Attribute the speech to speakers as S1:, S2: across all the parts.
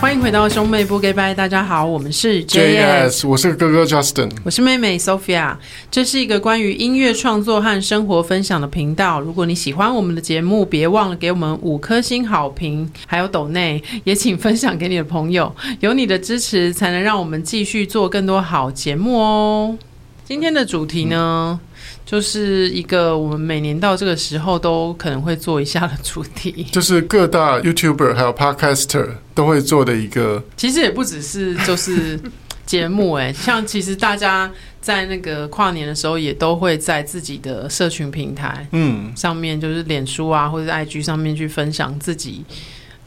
S1: 欢迎回到兄妹不 g 拜，大家好，我们是 JS，
S2: JS，我是哥哥 Justin。
S1: 我是妹妹 Sophia。这是一个关于音乐创作和生活分享的频道。如果你喜欢我们的节目，别忘了给我们五颗星好评，还有抖内，也请分享给你的朋友。有你的支持，才能让我们继续做更多好节目哦。今天的主题呢，就是一个我们每年到这个时候都可能会做一下的主题。
S2: 就是各大 YouTuber 还有 Podcaster 都会做的一个，
S1: 其实也不只是就是节目哎、像其实大家在那个跨年的时候，也都会在自己的社群平台
S2: 嗯，
S1: 上面，就是脸书啊或者是 IG 上面去分享自己。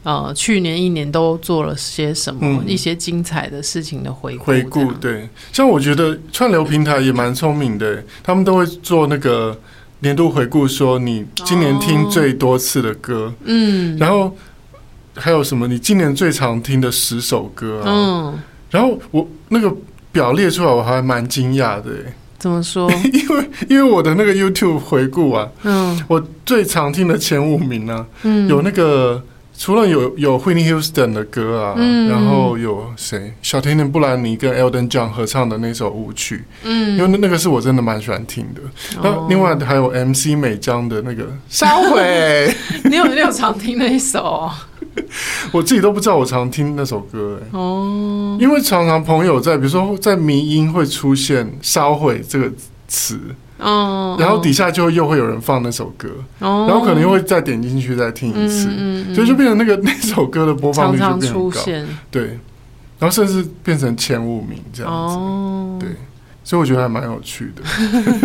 S1: 呃，去年一年都做了些什么，
S2: 嗯
S1: 一些精彩的事情的回顾。
S2: 回顾
S1: 这样
S2: 对。像我觉得串流平台也蛮聪明的，他们都会做那个年度回顾，说你今年听最多次的歌，
S1: 嗯
S2: 然后还有什么你今年最常听的十首歌啊。
S1: 嗯，
S2: 然后我那个表列出来，我还蛮惊讶的，
S1: 怎么说？
S2: 因为因为我的那个 YouTube 回顾啊，
S1: 嗯
S2: 我最常听的前五名呢、啊。
S1: 嗯，
S2: 有那个除了有有 Whitney Houston 的歌啊，
S1: 嗯
S2: 然后有谁小甜甜布兰妮跟 Elton John 合唱的那首舞曲，
S1: 嗯，
S2: 因为那那个是我真的蛮喜欢听的。然后
S1: 哦
S2: 另外还有 MC 美章的那个烧毁，
S1: 你有你有常听那一首哦
S2: 我自己都不知道我常听那首歌、欸。
S1: 哦，
S2: 因为常常朋友在，比如说在迷音会出现“烧毁”这个词，
S1: 嗯，
S2: 然后底下就又会有人放那首歌，
S1: 哦，
S2: 然后可能又会再点进去再听一
S1: 嗯
S2: 次，
S1: 嗯嗯
S2: 所以就变成那个那首歌的播放
S1: 常常
S2: 率就变很
S1: 出
S2: 高。
S1: 现
S2: 对，然后甚至变成前五名这样子，
S1: 哦，
S2: 对所以我觉得还蛮有趣的。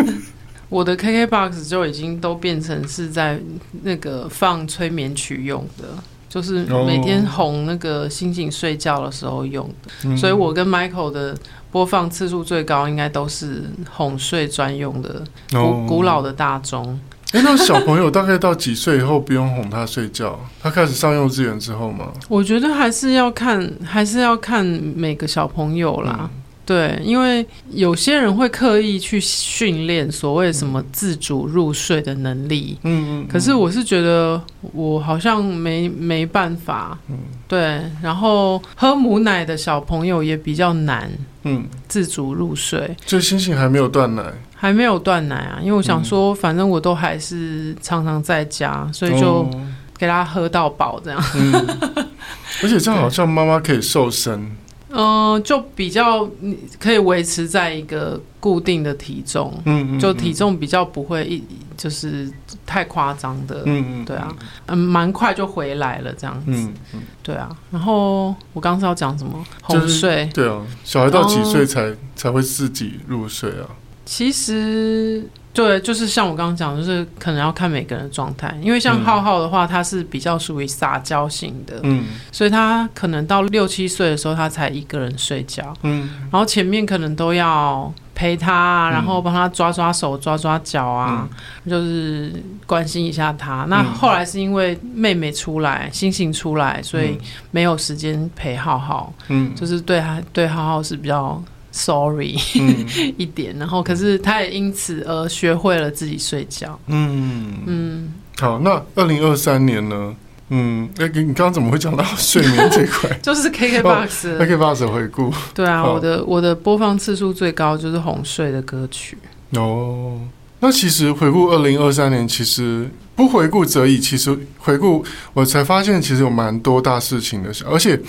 S1: 我的 KKBOX 就已经都变成是在那个放催眠曲用的，就是
S2: 哦
S1: 每天哄那个星星睡觉的时候用的。
S2: 嗯
S1: 所以我跟 Michael 的播放次数最高，应该都是哄睡专用的古、
S2: 哦
S1: 古老，的大钟。
S2: 嗯哎、那小朋友大概到几岁以后不用哄他睡觉？他开始上幼稚园之后吗？
S1: 我觉得还是要看，还是要看每个小朋友啦。
S2: 嗯
S1: 对，因为有些人会刻意去训练所谓什么自主入睡的能力，
S2: 嗯，嗯嗯
S1: 可是我是觉得我好像没没办法，
S2: 嗯
S1: 对。然后喝母奶的小朋友也比较难
S2: 嗯，
S1: 自主入睡，
S2: 就星星还没有断奶，
S1: 还没有断奶啊，因为我想
S2: 嗯
S1: 说，反正我都还是常常在家，所以就
S2: 哦
S1: 给他喝到饱这样。
S2: 嗯，而且这样好像妈妈可以瘦身，
S1: 嗯、就比较你可以维持在一个固定的体重，
S2: 嗯嗯，
S1: 就
S2: 嗯
S1: 体，重比较不会一就是太夸张的，
S2: 嗯嗯，
S1: 对啊，嗯，蛮快就回来了这样子。
S2: 嗯，嗯，
S1: 对啊，然后我刚刚是要讲什么？
S2: 就是
S1: 哄睡。
S2: 对啊，小孩到几
S1: 哦
S2: 岁才才会自己入睡啊？
S1: 其实对，就是像我刚刚讲的，就是可能要看每个人的状态，因为像
S2: 嗯
S1: 浩浩的话，他是比较属于撒娇型的，
S2: 嗯
S1: 所以他可能到六七岁的时候，他才一个人睡觉，
S2: 嗯
S1: 然后前面可能都要陪他啊，
S2: 嗯
S1: 然后帮他抓抓手、抓抓脚啊，就是关心一下他。那
S2: 嗯
S1: 后来是因为妹妹出来，星星出来，所以
S2: 嗯
S1: 没有时间陪浩浩。
S2: 嗯，
S1: 就是对他对浩浩是比较 sorry
S2: 嗯
S1: 一点，然后可是他也因此而学会了自己睡觉。
S2: 嗯嗯。
S1: 嗯，
S2: 好，那二零二三年呢？嗯，那个你刚刚怎么会讲到睡眠这一块
S1: 就是 KKBOX，、
S2: 哦？OK b o s 回顾
S1: 对啊，
S2: 好
S1: 我的我的播放次数最高就是哄睡的歌曲。
S2: 哦。那其实回顾二零二三年，其实不回顾则已，其实回顾我才发现，其实有蛮多大事情的事，而且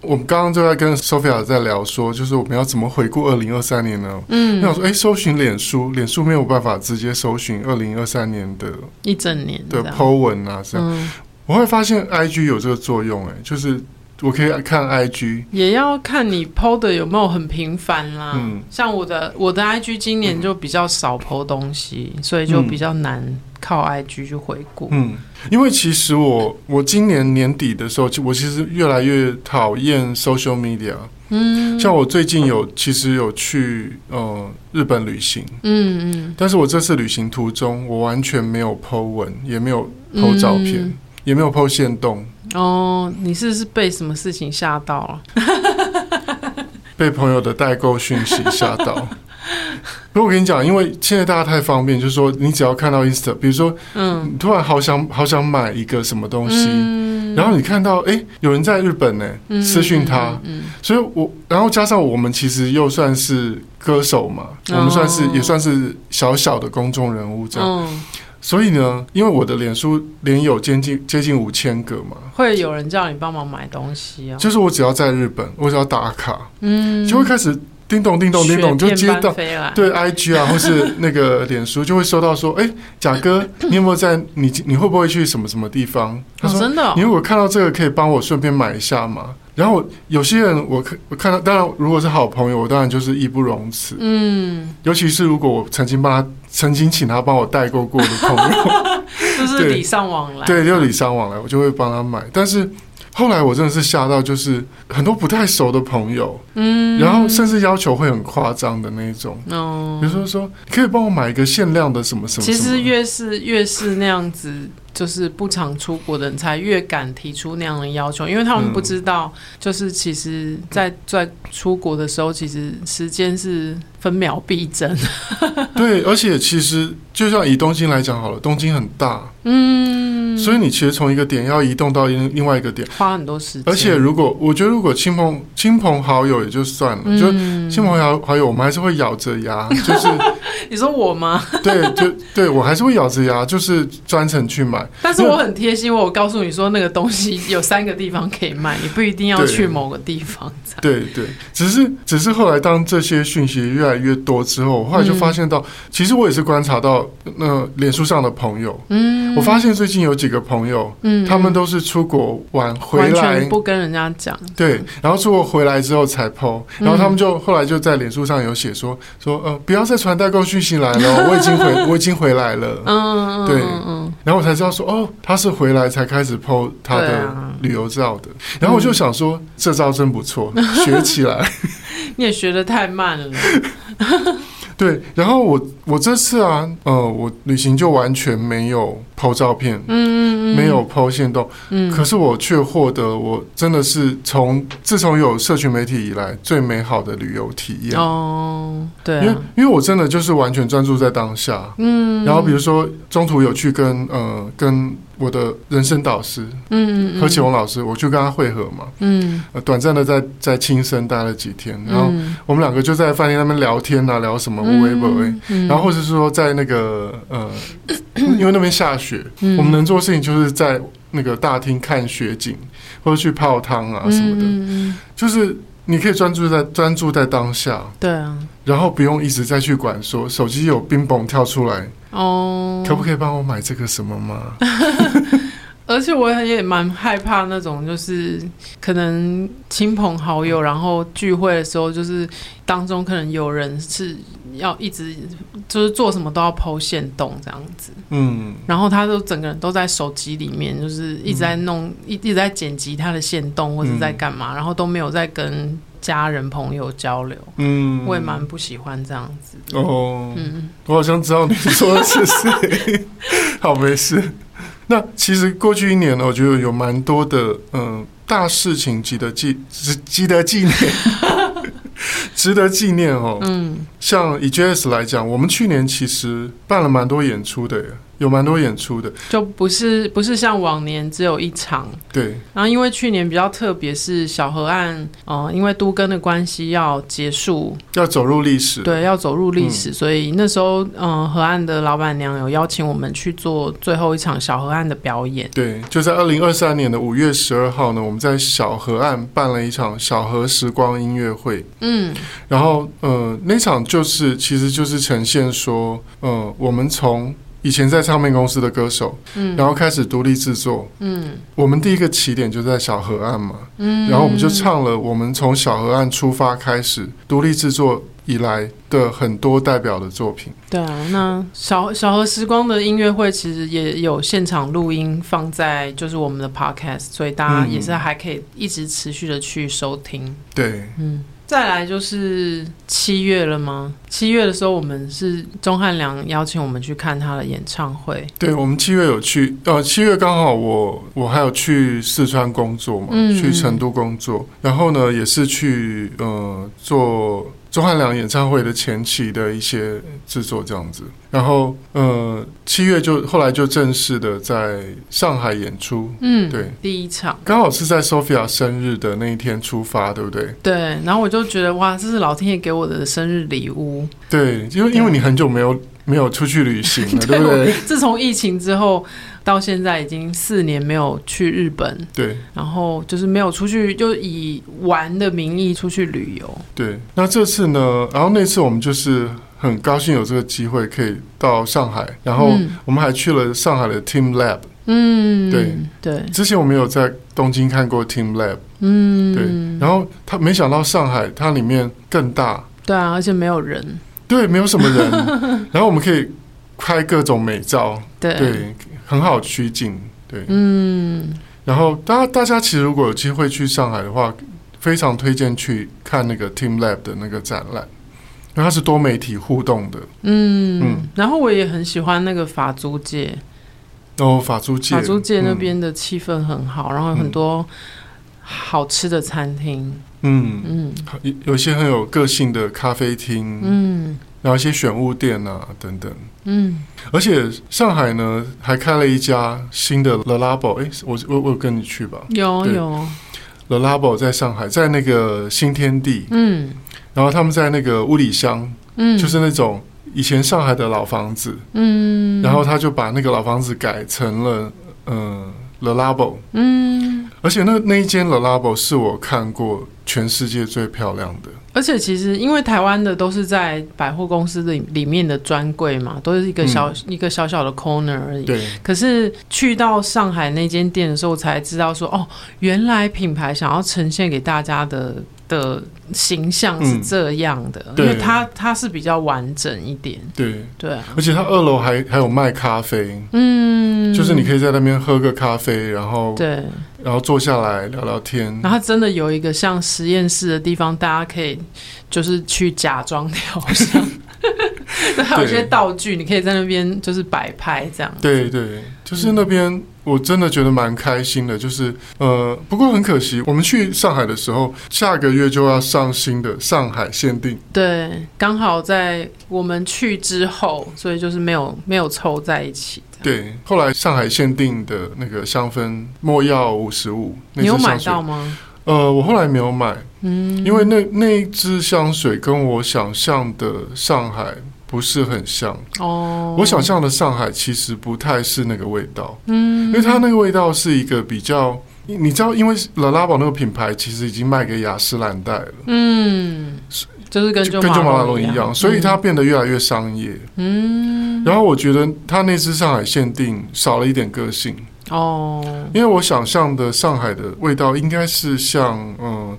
S2: 我们刚刚就在跟 Sophia 在聊说，就是我们要怎么回顾二零二三年呢？我想
S1: 嗯，
S2: 说，哎，搜寻脸书，脸书没有办法直接搜寻二零二三年的
S1: 一整年这
S2: 的
S1: 样。
S2: po 文啊，这样、
S1: 嗯，
S2: 我会发现 IG 有这个作用、诶，哎，就是我可以看 IG，
S1: 也要看你 PO 的有没有很频繁啦。
S2: 嗯
S1: 像我的我的 IG 今年就比较少 PO 东西，所以就比较难靠 IG 去回顾。
S2: 嗯，因为其实我我今年年底的时候，其我其实越来越讨厌 social media。
S1: 嗯
S2: 像我最近有其实有去呃日本旅行，
S1: 嗯
S2: 但是我这次旅行途中，我完全没有 po 文，也没有
S1: 嗯
S2: po 照片，
S1: 嗯
S2: 也没有 po 线动，
S1: 哦，你是不是被什么事情吓到了？
S2: 被朋友的代购讯息吓到。不过我跟你讲，因为现在大家太方便，就是说你只要看到 Insta，比如说
S1: 嗯
S2: 你突然好想好想买一个什么东西，
S1: 嗯
S2: 然后你看到哎、诶有人在日本呢、
S1: 嗯
S2: 私讯他，
S1: 嗯
S2: 所以我然后加上我们其实又算是歌手嘛，
S1: 哦
S2: 我们算是也算是小小的公众人物这样，
S1: 嗯，
S2: 所以呢，因为我的脸书连友接近接近五千个嘛，
S1: 会有人叫你帮忙买东西哦，
S2: 就是我只要在日本，我只要打卡，
S1: 嗯哦
S2: 就会开始叮咚叮咚叮咚就接到。
S1: 飞来，
S2: 对 IG 啊，或是那个脸书，就会收到说，哎、贾哥，你有没有在你你会不会去什么什么地方？他
S1: 哦，
S2: 说，
S1: 真的哦
S2: 你如果看到这个，可以帮我顺便买一下吗？然后有些人我看我看到，当然如果是好朋友，我当然就是义不容辞。
S1: 嗯，
S2: 尤其是如果我曾经帮他，曾经请他帮我代购过的朋 友，
S1: 就是
S2: 对
S1: 礼尚往来，
S2: 对，就礼尚往来，我就会帮他买。但是后来我真的是吓到，就是很多不太熟的朋友，
S1: 嗯，
S2: 然后甚至要求会很夸张的那种，
S1: 哦
S2: 比如说说可以帮我买一个限量的什么什么
S1: 其
S2: 什
S1: 实
S2: 么。
S1: 越是越是那样子，就是不常出国的人才越敢提出那样的要求，因为他们
S2: 嗯
S1: 不知道，就是其实在，在出国的时候，其实时间是分秒必争。
S2: 对，而且其实就像以东京来讲好了，东京很大，
S1: 嗯，
S2: 所以你其实从一个点要移动到另另外一个点，
S1: 花很多时间，
S2: 而且如果我觉得如果亲朋亲朋好友也就算了，就
S1: 嗯
S2: 亲朋好好友我们还是会咬着 牙，就是
S1: 你说我 吗？
S2: 对，就对我还是会咬着牙，就是专程去买。
S1: 但是我很贴心，我有告诉你说那个东西有三个地方可以卖，你不一定要
S2: 对
S1: 去某个地方。
S2: 对对，只是只是后来当这些讯息越来越多之后，我后来就发现
S1: 嗯
S2: 到，其实我也是观察到，那、脸书上的朋友，
S1: 嗯，
S2: 我发现最近有几个朋友，
S1: 嗯
S2: 他们都是出国玩回
S1: 完
S2: 来
S1: 全，不跟人家讲，
S2: 对，然后出国回来之后才 PO，
S1: 嗯
S2: 然后他们就、后来就在脸书上有写说说呃不要再传代购讯息来了，我已经回我已经回来了，
S1: 嗯，嗯
S2: 对
S1: 嗯嗯，
S2: 然后我才知道说哦他是回来才开始 PO 他
S1: 对
S2: 的
S1: 啊，
S2: 旅游照的，然后我就想说、这招真 不错，学起来。
S1: 你也学的太慢了。
S2: 对，然后我我这次啊呃我旅行就完全没有 PO 照片，
S1: 嗯嗯嗯，
S2: 没有 PO 线动，
S1: 嗯，
S2: 可是我却获得我真的是从自从有社群媒体以来最美好的旅游体验。
S1: 哦，对
S2: 因为
S1: 啊，
S2: 因为我真的就是完全专注在当下。
S1: 嗯，
S2: 然后比如说中途有去跟呃跟我的人生导师
S1: 嗯，嗯嗯，
S2: 何启宏老师，我去跟他会合嘛，
S1: 嗯，
S2: 呃短暂的在在青森待了几天，
S1: 嗯，
S2: 然后我们两个就在饭店那边聊天啊，聊什么无微不微。
S1: 嗯，
S2: 然后或者是说在那个呃，因为那边下雪，
S1: 嗯
S2: 我们能做的事情就是在那个大厅看雪景，或者去泡汤啊什么的，
S1: 嗯嗯嗯
S2: 就是你可以专注在专注在当下。
S1: 对啊，
S2: 然后不用一直再去管说手机有冰崩跳出来，
S1: 哦，
S2: 可不可以帮我买这个什么吗？
S1: 而且我也蛮害怕那种，就是可能亲朋好
S2: 嗯
S1: 友，然后聚会的时候，就是当中可能有人是要一直就是做什么都要剖线动这样子，
S2: 嗯，
S1: 然后他就整个人都在手机里面，就是一直在弄，
S2: 嗯
S1: 一、一直在剪辑他的线动或者在干嘛，然后都没有在跟家人朋友交流，
S2: 嗯
S1: 我也蛮不喜欢这样子。
S2: 哦，
S1: 嗯，
S2: 我好像知道你说的是谁。好，没事。 那其实过去一年呢，我觉得有蛮多的嗯、呃大事情值得记，值值得纪念， 值得纪念哦。
S1: 嗯，
S2: 像 EJS 来讲，我们去年其实办了蛮多演出的耶，有蛮多演出的。
S1: 就不是不是像往年只有一场。
S2: 对，
S1: 然后因为去年比较特别，是小河岸，呃，因为都跟的关系要结束，
S2: 要走入历史。
S1: 对，要走入历史，所以那时候，嗯、河岸的老板娘有邀请我们去做最后一场小河岸的表演。
S2: 对，就在二零二三年的五月十二号呢，我们在小河岸办了一场小河时光音乐会。
S1: 嗯
S2: 然后，呃，那场就是其实就是呈现说，呃，我们从以前在唱片公司的歌手，
S1: 嗯
S2: 然后开始独立制作。
S1: 嗯
S2: 我们第一个起点就在小河岸嘛，
S1: 嗯，
S2: 然后我们就唱了我们从小河岸出发开始独立制作以来的很多代表的作品。
S1: 对啊，那小小河时光的音乐会其实也有现场录音放在就是我们的 podcast，所以大家
S2: 嗯
S1: 也是还可以一直持续的去收听。
S2: 对，
S1: 嗯，再来就是七月了吗？七月的时候，我们是钟汉良邀请我们去看他的演唱会。
S2: 对，我们七月有去，呃，七月刚好我我还有去四川工作嘛，
S1: 嗯
S2: 去成都工作，然后呢也是去呃做钟汉良演唱会的前期的一些制作这样子，然后呃七月就后来就正式的在上海演出，
S1: 嗯，
S2: 对，
S1: 第一场。
S2: 刚好是在 Sophia 生日的那一天出发，对不对？
S1: 对，然后我就觉得哇，这是老天爷给我的生日礼物。
S2: 对，因为因为你很久没有没有出去旅行 了，对不
S1: 我
S2: 对？
S1: 自从疫情之后到现在已经四年没有去日本，
S2: 对。
S1: 然后就是没有出去，就以玩的名义出去旅游。
S2: 对，那这次呢？然后那次我们就是很高兴有这个机会可以到上海，然后
S1: 嗯
S2: 我们还去了上海的 Team Lab。
S1: 嗯，
S2: 对
S1: 对，
S2: 之前我们有在东京看过 Team Lab，
S1: 嗯，
S2: 对。然后他没想到上海它里面更大，
S1: 对啊，而且没有人，
S2: 对，没有什 么人，然后我们可以拍各种美照，
S1: 对，
S2: 对，很好取景，对。
S1: 嗯，
S2: 然后大家大家其实如果有机会去上海的话，非常推荐去看那个 Team Lab 的那个展览，因为它是多媒体互动的。
S1: 嗯
S2: 嗯
S1: 然后我也很喜欢那个法租界，
S2: 然后哦法租界，
S1: 法租界那
S2: 嗯
S1: 边的气氛很好，然后有很多好吃的餐厅，
S2: 嗯，
S1: 嗯
S2: 有有一些很有个性的咖啡厅，
S1: 嗯
S2: 然后一些选物店啊等等。
S1: 嗯，
S2: 而且上海呢，还开了一家新的 The Labo，哎，我我我有跟你去吧
S1: 有
S2: 对
S1: 有，
S2: ？The Labo 在上海，在那个新天地，
S1: 嗯
S2: 然后他们在那个五里香，
S1: 嗯，
S2: 就是那种以前上海的老房子，
S1: 嗯，
S2: 然后他就把那个老房子改成了嗯、呃、The Labo，
S1: 嗯，
S2: 而且那那一间 The Labo 是我看过全世界最漂亮的。
S1: 而且其实因为台湾的都是在百货公司里里面的专柜嘛，都是一个
S2: 嗯
S1: 小、一个小小的 corner 而已。
S2: 对，
S1: 可是去到上海那间店的时候，我才知道说，哦，原来品牌想要呈现给大家的的形象是这样的，
S2: 嗯对
S1: 因为它它是比较完整一点，
S2: 对，
S1: 对啊，
S2: 而且它二楼还还有卖咖啡，
S1: 嗯，
S2: 就是你可
S1: 以
S2: 以在那边喝个咖啡，然
S1: 嗯
S2: 后
S1: 对，
S2: 然后坐下来聊聊天。
S1: 然后它真的有一个像实验室的地方，大家可以就是去假装疗 伤。对，还有一些道具，你可以在那边就是摆拍这样。
S2: 对对，就是那边我真的觉得蛮开心的，就是呃，不过很可惜，我们去上海的时候，下个月就要上新的上海限定。
S1: 对，刚好在我们去之后，所以就是没有没有凑在一起这样。
S2: 对，后来上海限定的那个香氛墨药五十五，那
S1: 你有
S2: 支
S1: 买
S2: 香水
S1: 到，吗？
S2: 呃，我后来没有买，
S1: 嗯，
S2: 因为那那一支香水跟我想象的上海不是很像。
S1: 哦，
S2: 我想，象的上海其实不太是那个味道，
S1: 嗯，
S2: 因为它那个味道是一个比较，你你知道，因为老拉宝那个品牌其实已经卖给雅诗兰黛了，
S1: 嗯，就是跟
S2: 就
S1: 就
S2: 跟
S1: 马
S2: 就马
S1: 拉
S2: 拉龙一样，所以它，变得越来越商业。
S1: 嗯，
S2: 然后我觉得它那支上海限定少了一点个性，
S1: 哦，
S2: 因为我想象的上海的味道应该是像嗯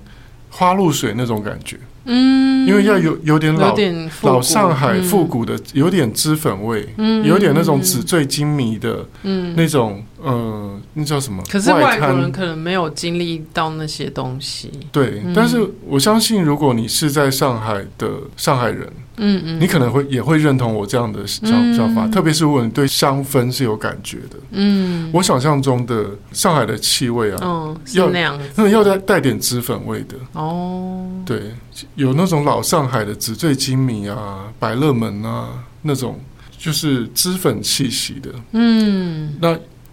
S2: 花露水那种感觉，
S1: 嗯，
S2: 因为要有有点
S1: 有
S2: 老
S1: 点复古
S2: 老上海复，古的，有点脂粉味。
S1: 嗯，
S2: 有点那种纸，醉金迷的
S1: 嗯，
S2: 那种，呃，那叫什么？
S1: 可是外国
S2: 滩
S1: 人可能没有经历到那些东西，
S2: 对，
S1: 嗯
S2: 但是我相信，如果你是在上海的上海人，
S1: 嗯嗯，
S2: 你可能会也会认同我这样的想
S1: 嗯
S2: 想法，特别是如果你对香氛是有感觉的。
S1: 嗯，
S2: 我想象中的上海的气味啊，
S1: 嗯是
S2: 要
S1: 那样
S2: 那种要带带点脂粉味的，
S1: 哦，
S2: 对，有那种老上海的纸醉金迷啊、百乐门啊那种，就是脂粉气息的，
S1: 嗯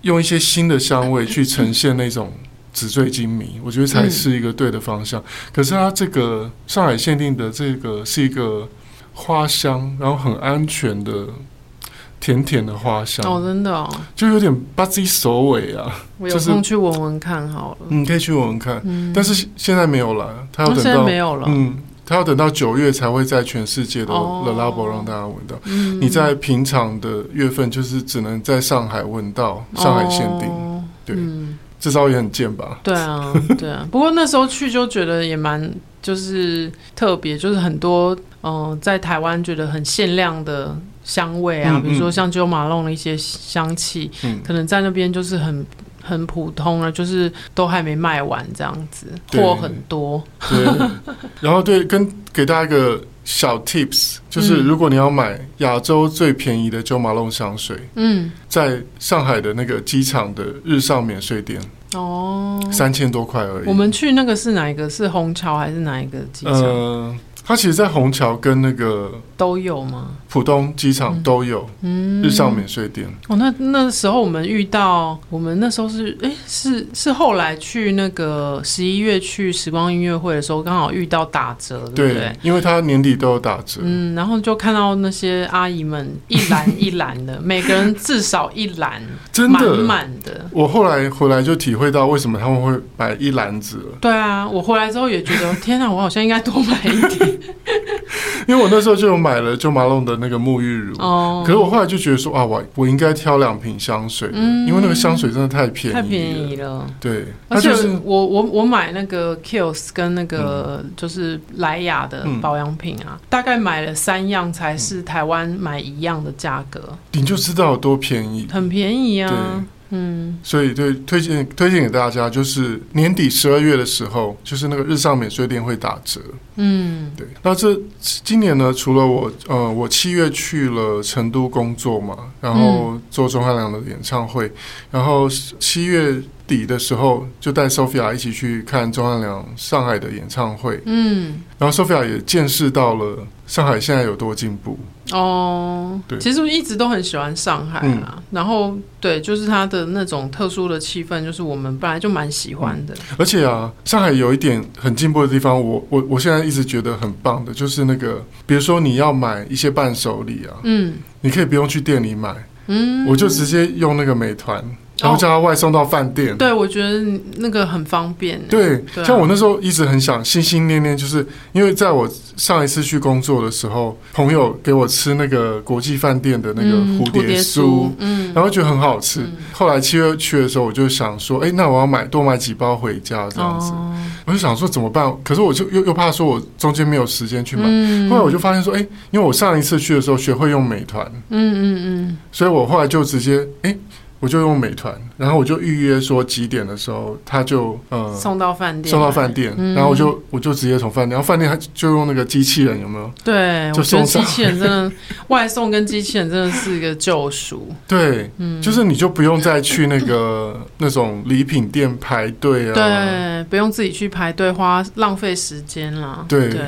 S2: 用一些新的香味去呈现那种纸醉金迷，我觉得才
S1: 嗯
S2: 是一个对的方向。可是它这个上海限定的这个是一个花香，然后很安全的甜甜的花香，
S1: 哦，真的哦，
S2: 就有点把自己手尾啊。
S1: 我
S2: 就
S1: 有
S2: 是
S1: 空去闻闻看好了，
S2: 你可以去闻闻看，
S1: 嗯，
S2: 但是现在没有了，它要
S1: 哦
S2: 等
S1: 现在
S2: 到
S1: 没有了，
S2: 嗯，它要等到九月才会在全世界的
S1: 哦
S2: The Labo 让大家闻到。
S1: 嗯
S2: 你在平常的月份，就是只能在上海闻到上海限定，
S1: 哦
S2: 对
S1: 嗯
S2: 这招也很贱吧？
S1: 对啊， 对啊。不过那时候去就觉得也蛮就是特别，就是很多嗯、呃在台湾觉得很限量的香味啊，
S2: 嗯
S1: 比如说
S2: 嗯
S1: 像 Jo Malone 的一些香气，
S2: 嗯，
S1: 可能在那边就是很。很普通了，就是都还没卖完这样子，
S2: 对
S1: 货很多。
S2: 对，然后对，跟给大家一个小 tips，就是
S1: 嗯
S2: 如果你要买亚洲最便宜的九马龙香水，
S1: 嗯，
S2: 在上海的那个机场的日上免税店，
S1: 哦，
S2: 三千多块而已。
S1: 我们去那个是哪一个？是虹桥还是哪一个机场？
S2: 呃，它其实，在虹桥跟那个
S1: 都有吗？
S2: 浦东机场
S1: 嗯
S2: 都有
S1: 嗯，
S2: 日上免税店。
S1: 哦，那那时候我们遇到，我们那时候是，哎、是是后来去那个十一月去时光音乐会的时候，刚好遇到打折，对不对？
S2: 对，因为它年底都有打折。
S1: 嗯，然后就看到那些阿姨们一篮一篮 的，每个人至少一篮，
S2: 真
S1: 满
S2: 的。
S1: 满的。
S2: 我后来回来就体会到为什么他们会买一篮子了，
S1: 对啊，我回来之后也觉 得，天哪，啊我好像应该多买一点
S2: 因为我那时候就有买了就马龙的那个沐浴乳，
S1: 哦。
S2: 可是我后来就觉得说啊，我我应该挑两瓶香水，
S1: 嗯
S2: 因为那个香水真的太便宜了，
S1: 太便宜了。
S2: 对，它
S1: 而且
S2: 就是
S1: 我我我买那个 Kills 跟那个
S2: 嗯
S1: 就是莱雅的保养品啊，大概买了三样，才是
S2: 嗯
S1: 台湾买一样的价格，
S2: 你就知道有多便宜，
S1: 很便宜
S2: 对
S1: 啊。嗯，
S2: 所以对推荐推荐给大家，就是年底十二月的时候，就是那个日上免税店会打折。
S1: 嗯
S2: 对，那这今年呢，除了我呃，我七月去了成都工作嘛，然后做钟汉良的演唱会，然后七月底的时候就带 Sophia 一起去看钟汉良上海的演唱会，
S1: 嗯，
S2: 然后 Sophia 也见识到了上海现在有多进步。
S1: 哦
S2: 对，嗯
S1: 其实我一直都很喜欢上海啦。然后对，就是它的那种特殊的气氛，就是我们本来就蛮喜欢的。
S2: 而且啊，上海有一点很进步的地方，我我我现在一直觉得很棒的，就是那个，比如说你要买一些伴手礼啊，
S1: 嗯
S2: 你可以不用去店里买，
S1: 嗯，
S2: 我就直接用那个美团，然后叫他外送到饭店。
S1: 对我觉得那个很方便欸。
S2: 对
S1: 啊
S2: 像我那时候一直很想心心念念，就是因为在我上一次去工作的时候，朋友给我吃那个国际饭店的那个
S1: 嗯
S2: 蝴蝶酥，
S1: 酥，嗯，
S2: 然后觉得很好吃。
S1: 嗯
S2: 后来七月去的时候，我就想说，哎，那我要买多买几包回家这样子。
S1: 哦
S2: 我就想说怎么办，可是我就又又怕说我中间没有时间去买。
S1: 嗯
S2: 后来我就发现说，哎、因为我上一次去的时候学会用美团，
S1: 嗯嗯
S2: 所以我后来就直接，哎、我就用美团，然后我就预约说几点的时候，他就呃
S1: 嗯，送到饭店，
S2: 送到饭店，
S1: 嗯
S2: 然后我就我就直接从饭店，然后饭店他就用那个机器人有没
S1: 嗯
S2: 有？
S1: 对，
S2: 就
S1: 我觉得
S2: 送
S1: 机
S2: 上
S1: 器人真的 外送跟机器人真的是一个救赎，
S2: 对，
S1: 嗯，
S2: 就是你就不用再去那个那种礼品店排队啊。
S1: 对，不用自己去排队花浪费时间啦，
S2: 对
S1: 对，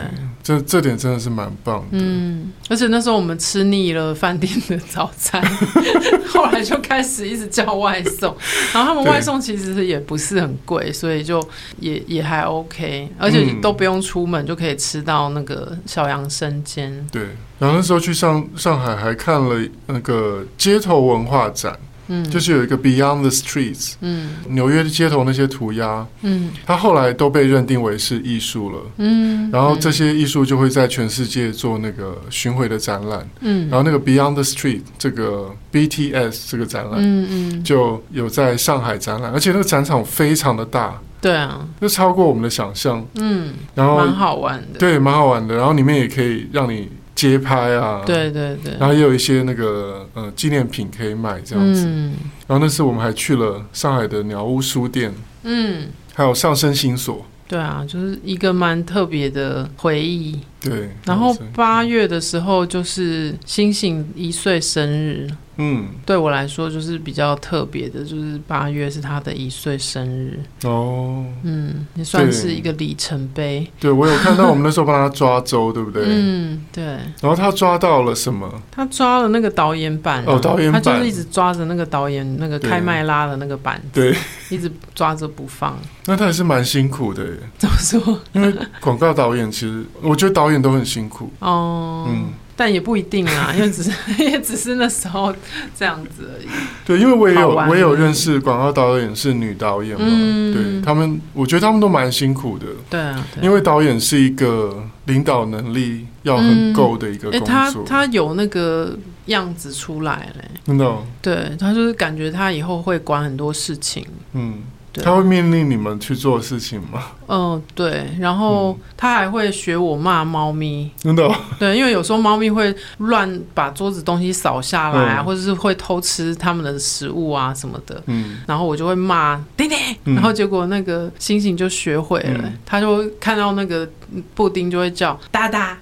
S2: 这这点真的是蛮棒的。
S1: 嗯，而且那时候我们吃腻了饭店的早餐， 后来就开始一直叫外送，然后他们
S2: 对
S1: 外送其实也不是很贵，所以就也也还 OK，而且
S2: 嗯
S1: 都不用出门就可以吃到那个小羊生煎，
S2: 对，然后那时候去上上海还看了那个街头文化展，
S1: 嗯，
S2: 就是有一个 Beyond the Streets，
S1: 嗯
S2: 纽约的街头那些涂鸦，
S1: 嗯
S2: 它后来都被认定为是艺术了。
S1: 嗯，
S2: 然后这
S1: 嗯
S2: 些艺术就会在全世界做那个巡回的展览，
S1: 嗯，
S2: 然后那个 Beyond the Street 这个 BTS 这个展览
S1: 嗯嗯，
S2: 就有在上海展览，而且那个展场非常的大，
S1: 对啊，
S2: 就超过我们的想象。
S1: 嗯，
S2: 然后
S1: 蛮好玩的。
S2: 对，蛮好玩的。然后里面也可以让你街拍啊，，
S1: 对对对，
S2: 然后也有一些那个呃纪念品可以买这样子。
S1: 嗯
S2: 然后那次我们还去了上海的鸟屋书店，
S1: 嗯，
S2: 还有上升星所。
S1: 对啊，就是一个蛮特别的回忆。
S2: 对，啊
S1: 然后
S2: 是
S1: 八月的时候就是星星一岁生日，
S2: 嗯
S1: 对我来说就是比较特别的，就是八月是他的一岁生日，
S2: 哦，
S1: 嗯，也算
S2: 对
S1: 是一个里程碑。
S2: 对我有看到我们那时候帮他抓周，对不对？
S1: 嗯，对，
S2: 然后他抓到了什么？
S1: 他抓了那个导演板啊、
S2: 哦导演
S1: 他
S2: 板
S1: 就是一直抓着那个导演那个
S2: 对
S1: 开麦拉的那个板，
S2: 对，
S1: 一直抓着不放。
S2: 那他也是蛮辛苦的耶，
S1: 怎么说？
S2: 因为广告导演其实我觉得导演都很辛苦，
S1: 哦，
S2: 嗯，
S1: 但也不一定啦， 因为只是也只是那时候这样子而已。
S2: 对，因为我也有
S1: 好玩
S2: 我也有认识广告导演是女导演嘛，
S1: 嗯
S2: 对他们，我觉得他们都蛮辛苦的，
S1: 对啊，对啊
S2: 因为导演是一个领导能力要很够的一个
S1: 嗯诶
S2: 工
S1: 他
S2: 作，
S1: 他有那个样子出来嘞，
S2: 真的哦，
S1: 对他就是感觉他以后会管很多事情，
S2: 嗯，
S1: 对
S2: 他会命令你们去做事情 吗？
S1: 嗯，对，然
S2: 嗯
S1: 后他还会学我骂猫咪，
S2: 真的哦、
S1: 对，因为有时候猫咪会乱把桌子东西扫下来啊，
S2: 嗯
S1: 或者是会偷吃他们的食物啊什么的，
S2: 嗯，
S1: 然后我就会骂丁丁，
S2: 嗯
S1: 然后结果那个星星就学会了，
S2: 嗯
S1: 他就会看到那个布丁就会叫哒 哒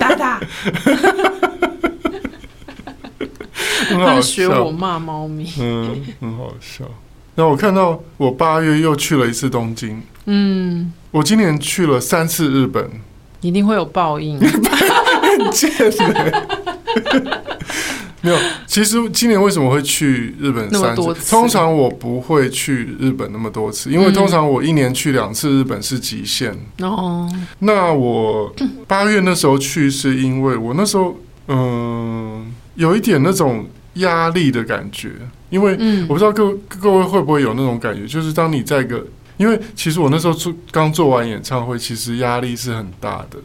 S1: 哒哒，
S2: 很
S1: 他
S2: 好
S1: 就学我
S2: 笑，
S1: 骂猫咪，
S2: 嗯，很好笑。那我看到我八月又去了一次东京，
S1: 嗯，
S2: 我今年去了三次 日本，
S1: 一定会有报 应，
S2: 很贱欸没有，其实今年为什么会去日本
S1: 那么
S2: 三
S1: 多
S2: 次？
S1: 次
S2: 通常我不会去日本那么多次，因为
S1: 嗯
S2: 通常我一年去两次日本是极限。
S1: 哦，
S2: 那我八月那时候去，是因为我那时候嗯、有一点那种压力的感觉，因为
S1: 嗯
S2: 我不知道各各位会不会有那种感觉，就是当你在一个，因为其实我那时候做刚做完演唱会，其实压力是很大的。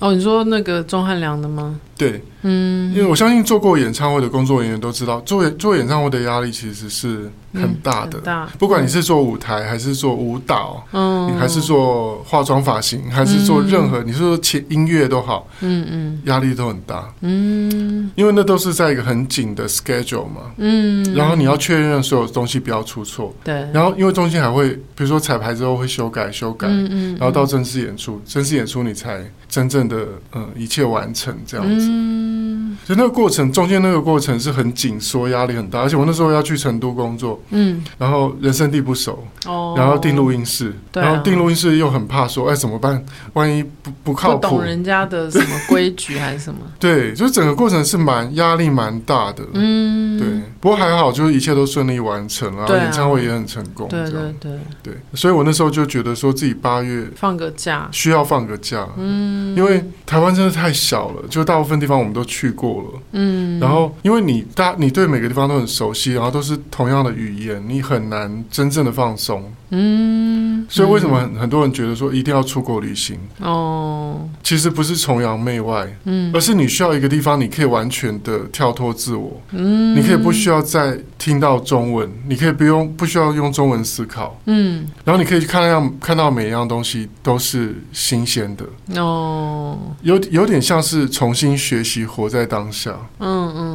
S1: 哦，你说那个钟汉良的吗？
S2: 对，
S1: 嗯，
S2: 因为我相信做过演唱会的工作人员都知道，做做演唱会的压力其实是很大的
S1: 嗯很。大，
S2: 不管你是做舞台还是做舞蹈，
S1: 嗯，
S2: 你还是做化妆发型，还是做任何，你是说前音乐都好，
S1: 嗯嗯
S2: 压力都很大，
S1: 嗯
S2: 因为那都是在一个很紧的 schedule 嘛。
S1: 嗯，
S2: 然后你要确认所有东西不要出错，
S1: 对，
S2: 然后因为中间还会，比如说彩排之后会修改修改，
S1: 嗯嗯，
S2: 然后到正式演出，正式演出你才真正的嗯一切完成这样子。
S1: 嗯
S2: 就那个过程，中间那个过程是很紧缩，压力很大。而且我那时候要去成都工作，
S1: 嗯
S2: 然后人生地不熟，
S1: 哦，
S2: 然后订录音室，
S1: 对啊
S2: 然后订录音室又很怕说，哎，怎么办？万一不不靠
S1: 不
S2: 谱
S1: 懂？人家的什么规矩还是什 么，
S2: 对，就整个过程是蛮压力蛮大的。
S1: 嗯，
S2: 对，不过还好，就是一切都顺利完成了，然后
S1: 对啊
S2: 演唱会也很成功，
S1: 对
S2: 这
S1: 对
S2: 样
S1: 对，
S2: 对。所以我那时候就觉得说自己八月
S1: 放个假，
S2: 需要放个假，
S1: 嗯，
S2: 因为台湾真的太小了，就大部分地方我们都去过了。
S1: 嗯，
S2: 然后，因为你大，你对每个地方都很熟悉，然后都是同样的语言，你很难真正的放松。
S1: 嗯，
S2: 所以为什么很很多人觉得说一定要出国旅行？
S1: 嗯哦，
S2: 其实不是崇洋媚外，
S1: 嗯
S2: 而是你需要一个地方，你可以完全的跳脱自我，
S1: 嗯，
S2: 你可以不需要再听到中文，你可以不用不需要用中文思考，
S1: 嗯
S2: 然后你可以看到看到每一样东西都是新鲜的，
S1: 哦，
S2: 有有点像是重新学习活在当下。
S1: 嗯嗯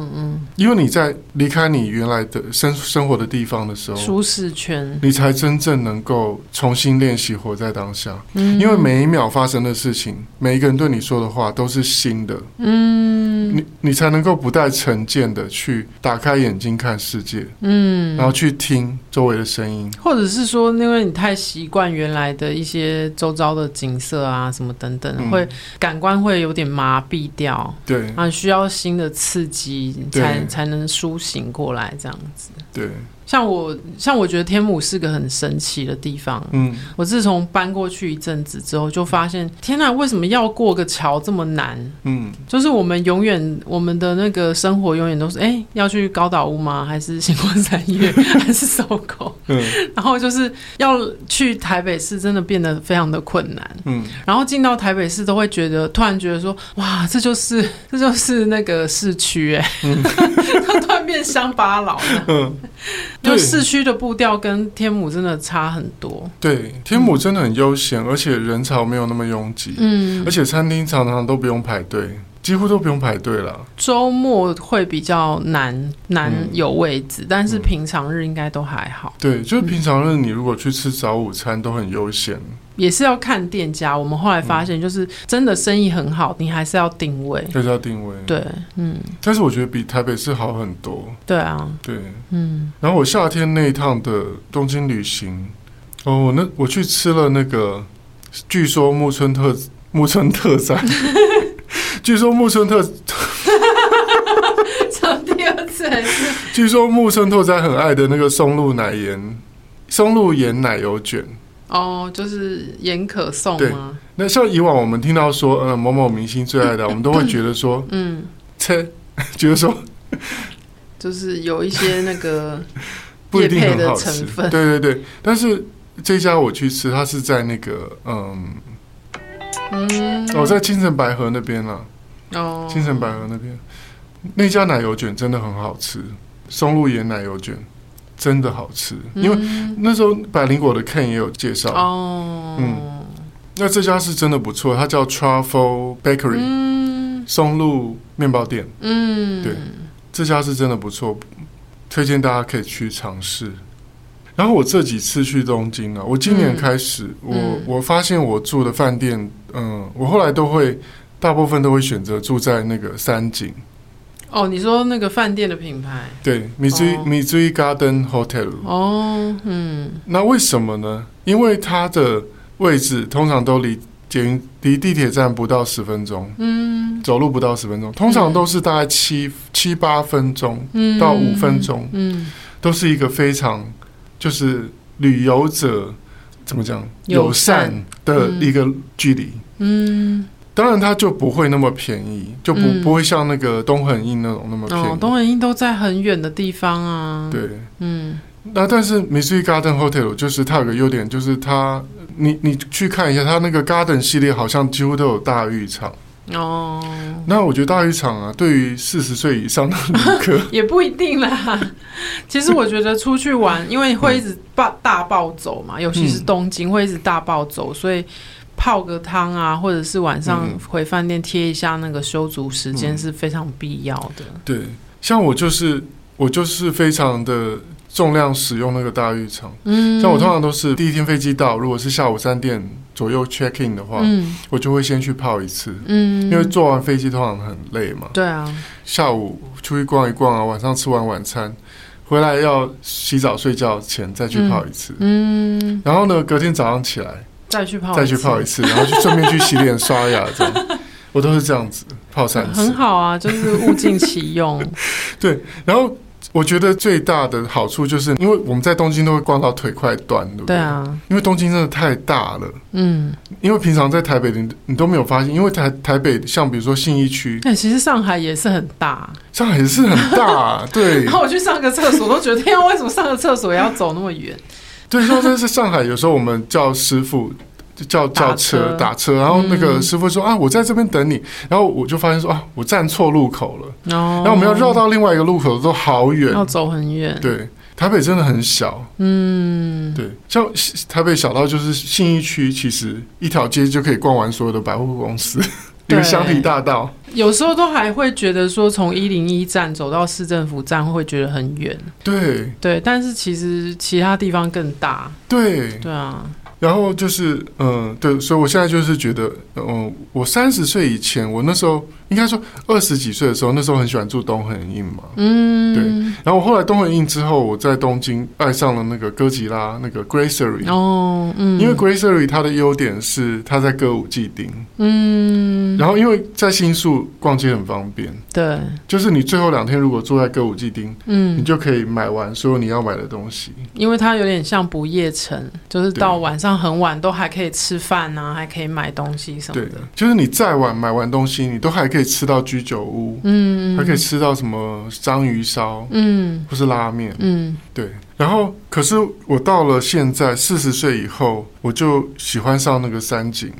S2: 因为你在离开你原来的生生活的地方的时
S1: 嗯，
S2: 候，
S1: 舒适圈，
S2: 你才真正能够重新练习活在当下。
S1: 嗯，
S2: 因为每一秒发生的事情，每一个人对你说的话都是新的，
S1: 嗯
S2: 你你才能够不带成见的去打开眼睛看世界，
S1: 嗯，
S2: 然后去听周围的声音。
S1: 或者是说，因为你太习惯原来的一些周遭的景色啊，什么等等，
S2: 嗯
S1: 会感官会有点麻痹掉
S2: 对
S1: 啊，需要新的刺激
S2: 对
S1: 才才能苏醒过来，这样子。
S2: 对，
S1: 像我，像我觉得天母是个很神奇的地方。
S2: 嗯
S1: 我自从搬过去一阵子之后，就发现天呐，为什么要过个桥这么难？
S2: 嗯，
S1: 就是我们永远我们的那个生活永远都是，哎、要去高岛屋吗？还是星光三月？ 还是搜狗？
S2: 嗯
S1: 然后就是要去台北市，真的变得非常的困难。
S2: 嗯，
S1: 然后进到台北市，都会觉得突然觉得说，哇，这就是这就是那个市区哎、 它突然变乡巴佬了。
S2: 嗯，
S1: 就
S2: 对
S1: 市区的步调跟天母真的差很多。
S2: 对，天母真的很悠闲，而且人潮没有那么拥挤，
S1: 嗯
S2: 而，且餐厅常常都不用排队，几乎都不用排队了。
S1: 周末会比较难难
S2: 嗯
S1: 有位置，但是
S2: 嗯
S1: 平常日应该都还好。
S2: 对，就是平常日你如果去吃早午餐都很悠闲，
S1: 也是要看店家，我们后来
S2: 嗯
S1: 发现，就是真的生意很好，你还是要定位。
S2: 就是要定位。，
S1: 对，嗯，
S2: 但是我觉得比台北市好很多。
S1: 对啊，
S2: 对，
S1: 嗯。
S2: 然后我夏天那一趟的东京旅行，哦，我那我去吃了那个，据说木村特木村 特产，据说木村特
S1: 从第二次还是
S2: 据说木村拓哉很爱的那个松露奶盐松露盐奶油卷。
S1: 哦，就是盐可颂吗？
S2: 那像以往我们听到说，呃，某某明星最爱的，我们都会觉得说，
S1: 嗯，
S2: 切，觉得说
S1: 就是有一些那个
S2: 不一定
S1: 业配
S2: 很
S1: 的
S2: 好
S1: 成
S2: 吃。
S1: 分
S2: 对对对，但是这家我去吃，它是在那个嗯，
S1: 嗯，
S2: 哦，在青城白河那边啦，
S1: 哦
S2: 青城白河那边那家奶油卷真的很好吃，松露盐奶油卷。真的好吃，因为
S1: 嗯
S2: 那时候百灵果的 Ken 也有介绍，
S1: 哦，
S2: 嗯那这家是真的不错，它叫 Truffle Bakery、
S1: 嗯
S2: 松露面包店，
S1: 嗯，
S2: 对这家是真的不错，推荐大家可以去尝试。然后我这几次去东京啊，我今年
S1: 嗯
S2: 开始，
S1: 嗯
S2: 我我发现我住的饭店，嗯，我后来都会大部分都会选择住在那个三井，
S1: 哦，你说那个饭店的品牌，
S2: 对，Mizui、
S1: 哦
S2: Mizui Garden Hotel。
S1: 哦，嗯
S2: 那为什么呢？因为它的位置通常都离捷运离地铁站不到十分钟，
S1: 嗯
S2: 走路不到十分钟，通
S1: 嗯
S2: 常都是大概七七八分钟
S1: 嗯，
S2: 到五分钟，
S1: 嗯，
S2: 都是一个非常就是旅游者怎么讲
S1: 友
S2: 友
S1: 善
S2: 善的
S1: 嗯
S2: 一个距离。
S1: 嗯
S2: 当然，它就不会那么便宜，就不、
S1: 嗯
S2: 不会像那个东横印那种那么
S1: 嗯，
S2: 便宜。
S1: 哦，东文英都在很远的地方啊，，
S2: 对，
S1: 嗯
S2: 那但是 Missouri Garden Hotel 就是它有个优点，就是它你你去看一下，它那个 Garden 系列好像几乎都有大浴场。
S1: 哦，，
S2: 那我觉得大浴场啊，对于四十岁以上的旅客
S1: 也不一定啦。其实我觉得出去
S2: 嗯
S1: 玩，因为会一直暴大暴走嘛，尤其是东京会一直大暴走，所以泡个汤啊，或者是晚上
S2: 嗯
S1: 回饭店贴一下那个休足时间
S2: 嗯
S1: 是非常必要的。
S2: 对，像我就是我就是非常的重量使用那个大浴场。
S1: 嗯，
S2: 像我通常都是第一天飞机到，如果是下午三点左右 check in 的话，
S1: 嗯
S2: 我就会先去泡一次，
S1: 嗯，
S2: 因为坐完飞机通常很累嘛。
S1: 对啊，
S2: 下午出去逛一逛啊，晚上吃完晚餐，回来要洗澡睡觉前再去泡一次。
S1: 嗯，
S2: 然后呢，隔天早上起来
S1: 再去泡一次
S2: 再去泡一次，然后去顺便去洗脸、刷牙，这样，我都是这样子泡三
S1: 很
S2: 次。
S1: 好啊，就是物尽其 用。
S2: 然后我觉得最大的好处就是，因为我们在东京都会逛到腿快断，对不
S1: 对啊，
S2: 因为东京真的太大了，
S1: 嗯，
S2: 因为平常在台北你你都没有发现，因为台台北像比如说信义区，
S1: 那、哎其实上海也是很大。
S2: 上海是很大、 对
S1: 然后我去上个厕所，都觉得天啊，为什么上个厕所也要走那么远？
S2: 对，像这是上海，有时候我们叫师傅。就叫
S1: 打
S2: 叫车
S1: 车
S2: 打车，然后那个
S1: 嗯
S2: 师傅说、啊，我在这边等你，然后我就发现说啊，我站错路口了，
S1: 哦，
S2: 然后我们要绕到另外一个路口都好远。
S1: 要走很远。，
S2: 对，台北真的很小，
S1: 嗯，
S2: 对，像台北小到就是信义区，其实一条街就可以逛完所有的百货公司，一
S1: 对
S2: 个香堤大道。
S1: 有时候都还会觉得说，从一零一站走到市政府站会觉得很远，
S2: 对
S1: 对。但是其实其他地方更大，
S2: 对，
S1: 对啊，
S2: 然后就是，嗯，对，所以我现在就是觉得，嗯，我三十岁以前，我那时候应该说二十几岁的时候，那时候很喜欢住东横印嘛。
S1: 嗯，
S2: 然后我后来东横印之后，我在东京爱上了那个哥吉拉那个 Gracery，、
S1: 哦，嗯，
S2: 因为 Gracery 它的优点是它在歌舞伎町，
S1: 嗯，
S2: 然后因为在新宿逛街很方便，
S1: 对，
S2: 就是你最后两天如果住在歌舞伎町，
S1: 嗯，
S2: 你就可以买完所有你要买的东西。
S1: 因为它有点像不夜城，就是
S2: 对
S1: 到晚上很晚都还可以吃饭啊，还可以买东西什么
S2: 对
S1: 的。，
S2: 就是你再晚买完东西，你都还可以吃到居酒屋。
S1: 嗯，
S2: 还可以吃到什么章鱼烧
S1: 嗯
S2: 或是拉面，
S1: 嗯
S2: 对。然后，可是我到了现在四十岁以后，我就喜欢上那个三井，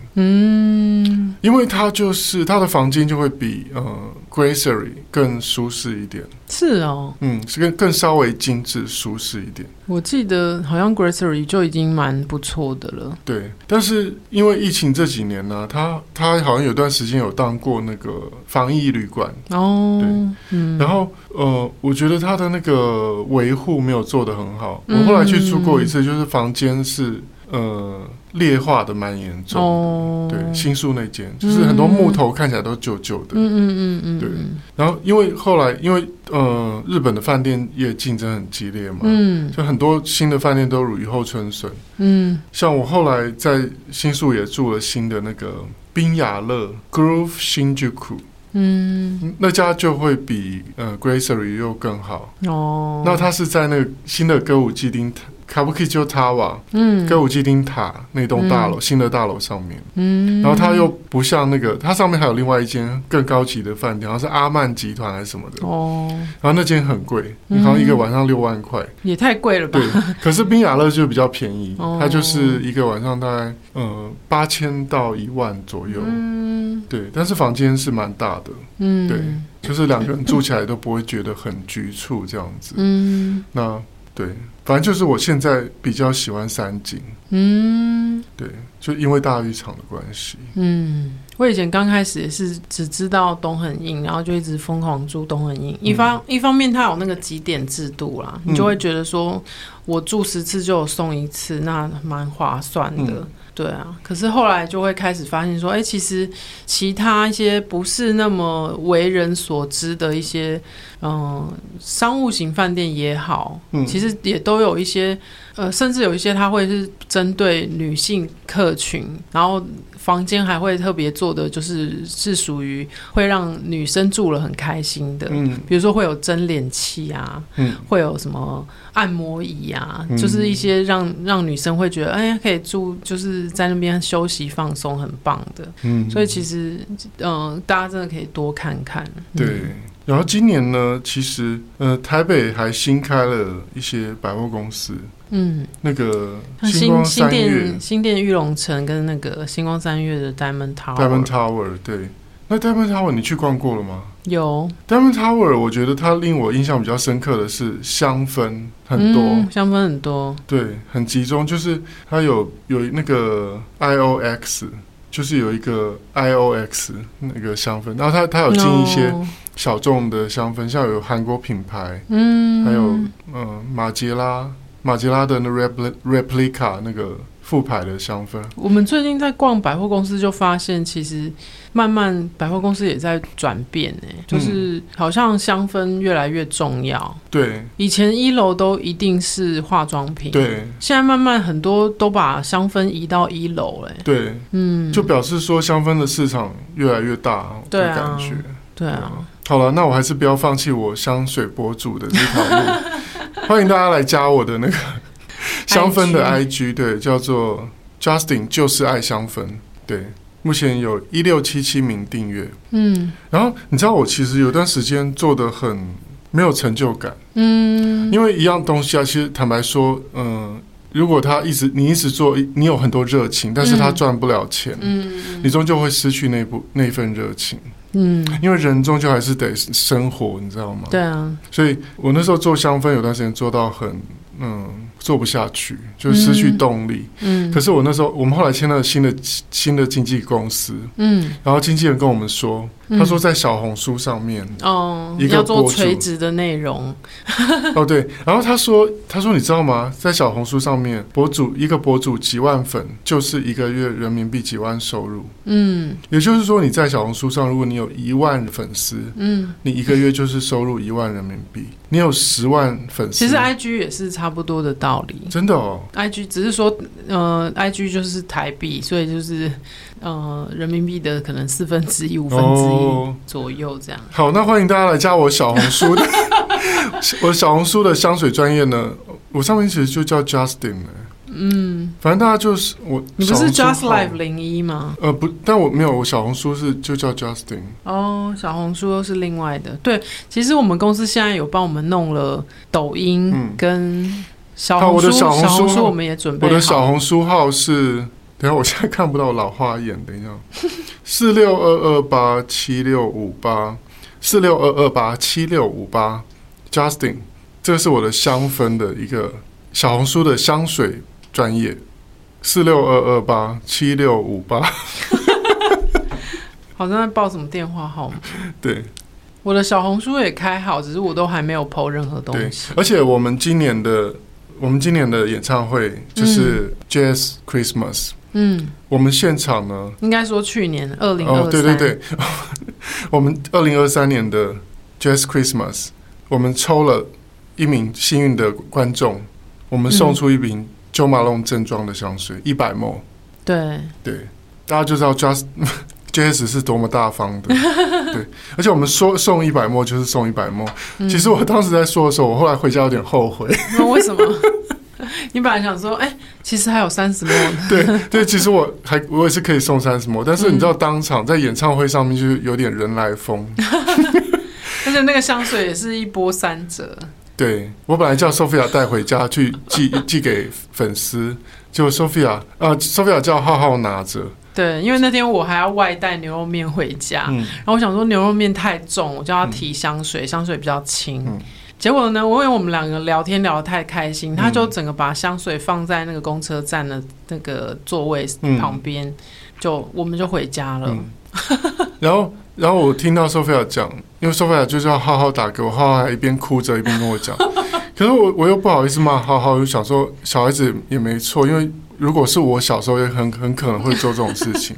S1: 嗯
S2: 因为它就是它的房间就会比呃 Gracery 更舒适一点，
S1: 是哦，
S2: 嗯，是更更稍微精致舒适一点，
S1: 我记得好像 Gracery 就已经蛮不错的了。
S2: 对。但是因为疫情这几年呢、它它好像有段时间有当过那个防疫旅馆，
S1: 哦，嗯，
S2: 然后呃，我觉得它的那个维护没有做得很好。
S1: 嗯
S2: 我后来去住过一次，就是房间是呃劣化的蛮严重的。
S1: 哦，
S2: 对，新宿那间就是很多木头看起来都旧旧的。
S1: 嗯嗯嗯嗯，嗯
S2: 然后因为后来因为呃日本的饭店业竞争很激烈嘛，
S1: 嗯
S2: 就很多新的饭店都雨后春笋。
S1: 嗯
S2: 像我后来在新宿也住了新的那个冰雅乐 Groove Shinjuku，
S1: 嗯
S2: 那家就会比呃 Gracery 又更好。
S1: 哦，
S2: 那它是在那个新的歌舞伎町卡布基丘塔瓦
S1: 嗯
S2: 歌舞伎町塔那栋大楼、
S1: 嗯
S2: 新的大楼上面，
S1: 嗯，
S2: 然后它又不像那个，它上面还有另外一间更高级的饭店，好像是阿曼集团还是什么的，
S1: 哦
S2: 然后那间很贵，
S1: 嗯
S2: 好像一个晚上六万 块，
S1: 也太贵了吧
S2: 对，。可是宾雅乐就比较便宜
S1: 哦，
S2: 它就是一个晚上大概呃八千到一万左右，
S1: 嗯
S2: 对，但是房间是蛮大的，
S1: 嗯
S2: 就是两个人住起来都不会觉得很局促这样子。
S1: 嗯
S2: 那对，反正就是我现在比较喜欢三井，
S1: 嗯
S2: 对，就因为大浴场的关系。
S1: 嗯，我以前刚开始也是只知道东很硬，然后就一直疯狂住东很硬。一方、一方面，它有那个几点制度啦，你就会觉得说我住十次就有送一次，那蛮划算的。
S2: 嗯
S1: 对啊，可是后来就会开始发现说，哎、其实其他一些不是那么为人所知的一些，嗯、商务型饭店也好，
S2: 嗯
S1: 其实也都有一些，呃，甚至有一些它会是针对女性客群，然后房间还会特别做的就是是属于会让女生住了很开心的，
S2: 嗯
S1: 比如说会有蒸脸器啊，
S2: 嗯
S1: 会有什么按摩椅啊，
S2: 嗯
S1: 就是一些让让女生会觉得，哎呀，可以住，就是在那边休息放松，很棒的。
S2: 嗯，
S1: 所以其实，嗯、大家真的可以多看看。嗯
S2: 对。然后今年呢，其实呃，台北还新开了一些百货公司，
S1: 嗯，
S2: 那个
S1: 像
S2: 星
S1: 新
S2: 光
S1: 新
S2: 三月
S1: 店、新店玉龙城跟那个星光三月的 Diamond Tower
S2: Diamond Tower，对。那 Diamond Tower 你去逛过了吗
S1: 有
S2: ？Diamond Tower 我觉得它令我印象比较深刻的是香氛很多，
S1: 嗯香氛很多，
S2: 对，很集中，就是它有有那个 IOX，就是有一个 IOX 那个香氛，然后它它有进一些
S1: 哦
S2: 小众的香氛，像有韩国品牌，
S1: 嗯，
S2: 还有呃马杰拉马杰拉的那 repli- replica 那个副牌的香氛，
S1: 我们最近在逛百货公司，就发现其实慢慢百货公司也在转变、欸，
S2: 嗯
S1: 就是好像香氛越来越重要。
S2: 对
S1: 以前一楼都一定是化妆品，，
S2: 对
S1: 现在慢慢很多都把香氛移到一楼、欸，
S2: 对，
S1: 嗯，
S2: 就表示说香氛的市场越来越大
S1: 对
S2: 的
S1: 啊
S2: 感觉。
S1: 对啊，
S2: 好了，那我还是不要放弃我香水博主的这条 路。欢迎大家来加我的那个香氛的 IG，对，叫做 Justin 就是爱香氛，对，目前有一六七七名订阅。
S1: 嗯
S2: 然后你知道我其实有段时间做的很没有成就感，
S1: 嗯，
S2: 因为一样东西啊，其实坦白说，嗯、如果他一直你一直做，你有很多热情，但是他
S1: 嗯
S2: 赚不了钱，
S1: 嗯
S2: 你终究会失去那部那份热情，
S1: 嗯，
S2: 因为人终究还是得生活，你知道吗？
S1: 对啊，
S2: 所以我那时候做香氛有段时间做到很，嗯，做不下去，就失去动力。
S1: 嗯，
S2: 可是我那时候，我们后来签了新的新的经纪公司，
S1: 嗯，
S2: 然后经纪人跟我们说，
S1: 嗯
S2: 他说在小红书上面，
S1: 哦，
S2: 一个
S1: 要做
S2: 博主
S1: 垂直的内容，
S2: 哦对，然后他说，他说你知道吗？在小红书上面，博主一个博主几万粉就是一个月人民币几万收入，
S1: 嗯
S2: 也就是说你在小红书上，如果你有一万粉丝，
S1: 嗯，
S2: 你一个月就是收入一万人民币，你有十万粉丝，
S1: 其实 IG 也是差不多的道理，
S2: 真的哦，
S1: I G 只是说，呃，I G 就是台币，所以就是呃人民币的可能四分之一、五分之一
S2: 哦
S1: 左右这样。
S2: 好，那欢迎大家来加我小红 书的，我小红书的香水专业呢，我上面其实就叫 Justin 呢、
S1: 嗯，反
S2: 反正大家就是我，
S1: 你不是
S2: 小红
S1: Just
S2: 书号
S1: Life 零一吗？
S2: 呃，不，但我没有，我小红书是就叫 Justin，
S1: 哦，小红书又是另外的。对，其实我们公司现在有帮我们弄了抖音
S2: 嗯
S1: 跟小
S2: 好
S1: 红
S2: 我
S1: 书，
S2: 的小红书
S1: 红我们也准备
S2: 我
S1: 好。
S2: 的小红书号是，等一下我现在看不到老花眼，等一下，四六二二八七六五八，四六二二八七六五八，Justin，这是我的香氛的一个小红书的香水专业，四六二二八七六五八，
S1: 好像在报什么电话号码？
S2: 对
S1: 我的小红书也开好，只是我都还没有 PO 任何东
S2: 对
S1: 西，。
S2: 而且我们今年的我们今年的演唱会就是《Jazz Christmas》，
S1: 嗯，
S2: 我们现场呢。
S1: 应该说去年二零二三，
S2: 哦，对对对， 我们二零二三年的 Jazz Christmas，我们抽了一名幸运的观众，我们送出一
S1: 嗯
S2: 瓶 Jo Malone 正装的香水一百 ml，
S1: 对
S2: 对，大家就知道 Just Jazz 是多么大 方的，对，而且我们说送一百 ml 就是送一百 ml，
S1: 嗯
S2: 其实我当时在说的时候，我后来回家有点后悔，
S1: 那为什么？你本来想说，哎、其实还有三十末呢。
S2: 对对，其实我还我也是可以送三十 ml，但是你
S1: 嗯
S2: 知道当场在演唱会上面就是有点人来疯。
S1: 而且那个香水也是一波三折。
S2: 对我本来叫 Sophia 带回家去寄寄给粉丝，结果 Sophia 呃 Sophia 叫浩浩拿着，
S1: 对，因为那天我还要外带牛肉面回家，
S2: 嗯，
S1: 然后我想说牛肉面太重，我叫他提香水，香水比较轻。
S2: 嗯
S1: 结果呢，我因为我们两个聊天聊得太开心，他就整个把香水放在那个公车站的那个座位
S2: 嗯
S1: 旁边，就我们就回家了。
S2: 嗯 然后，然后我听到 Sophia 讲，因为 Sophia 就是要浩浩打给我，浩浩还一边哭着一边跟我 讲，可是我我又不好意思骂浩浩，我就想说小孩子也没错，因为如果是我小时候也很很可能会做这种事情，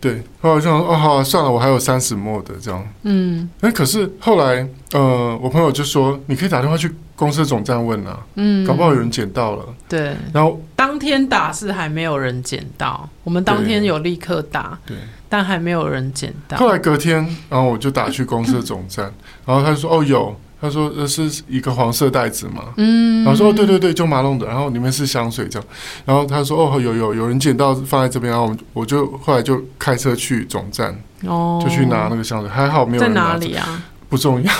S2: 对，后来我就想说哦好啊、算了，我还有三十末的这样，
S1: 嗯
S2: 那哎可是后来呃，我朋友就说你可以打电话去公司总站问啊，
S1: 嗯，
S2: 搞不好有人捡到了，
S1: 对。
S2: 然后
S1: 当天打是还没有人捡到，我们当天
S2: 对
S1: 有立刻打，
S2: 对。
S1: 但还没有人捡到。
S2: 后来隔天，然后我就打去公司的总 站，然后他就说：“哦，有。”他说：“呃，是一个黄色袋子嘛。”
S1: 嗯
S2: 然后说：“哦，对对对，就马龙的。”然后里面是香水这样。然后他说：“哦，有有有人捡到放在这边。”然后我们我就后来就开车去总站，
S1: 哦，
S2: 就去拿那个香水，还好没有
S1: 在
S2: 人拿
S1: 哪
S2: 走
S1: 里啊？
S2: 不 重要。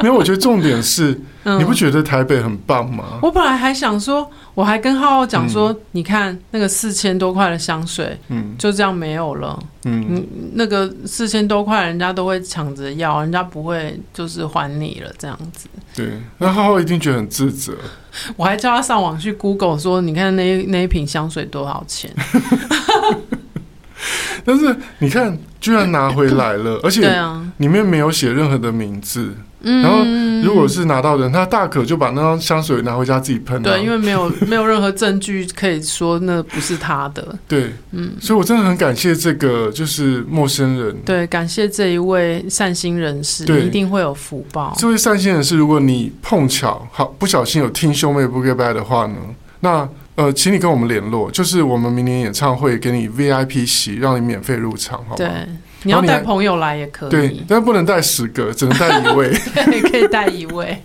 S2: 没有，我觉得重点是，
S1: 嗯
S2: 你不觉得台北很棒吗？
S1: 我本来还想说，我还跟浩浩讲说，你看那个四千多块的香水
S2: 嗯
S1: 就这样没有了，
S2: 嗯，
S1: 嗯，那个四千多块人家都会抢着要，人家不会就是还你了这样子。
S2: 对。那浩浩一定觉得很自责。
S1: 我还叫他上网去 Google 说，你看那那一瓶香水多少 钱？
S2: 但是你看，居然拿回来了，而
S1: 对
S2: 且
S1: 啊，
S2: 里面没有写任何的名字。
S1: 嗯，
S2: 然后如果是拿到的人，他大可就把那张香水拿回家自己喷、啊。
S1: 对，因为没 有没有任何证据可以说那不是他的。
S2: 对
S1: 嗯，
S2: 所以我真的很感谢这个就是陌生人。
S1: 对，感谢这一位善心人士，
S2: 对
S1: 一定会有福报。
S2: 这位善心人士，如果你碰巧好不小心有听兄妹不 g o o d b y 的话呢，那呃，请你跟我们联络，就是我们明年演唱会给你 VIP 席，让你免费入场，好吗？
S1: 对，你要
S2: 然后你
S1: 带
S2: 还
S1: 朋友来也可
S2: 对
S1: 以，，
S2: 但不能带十个，只能带一位。
S1: 对，可以带一位，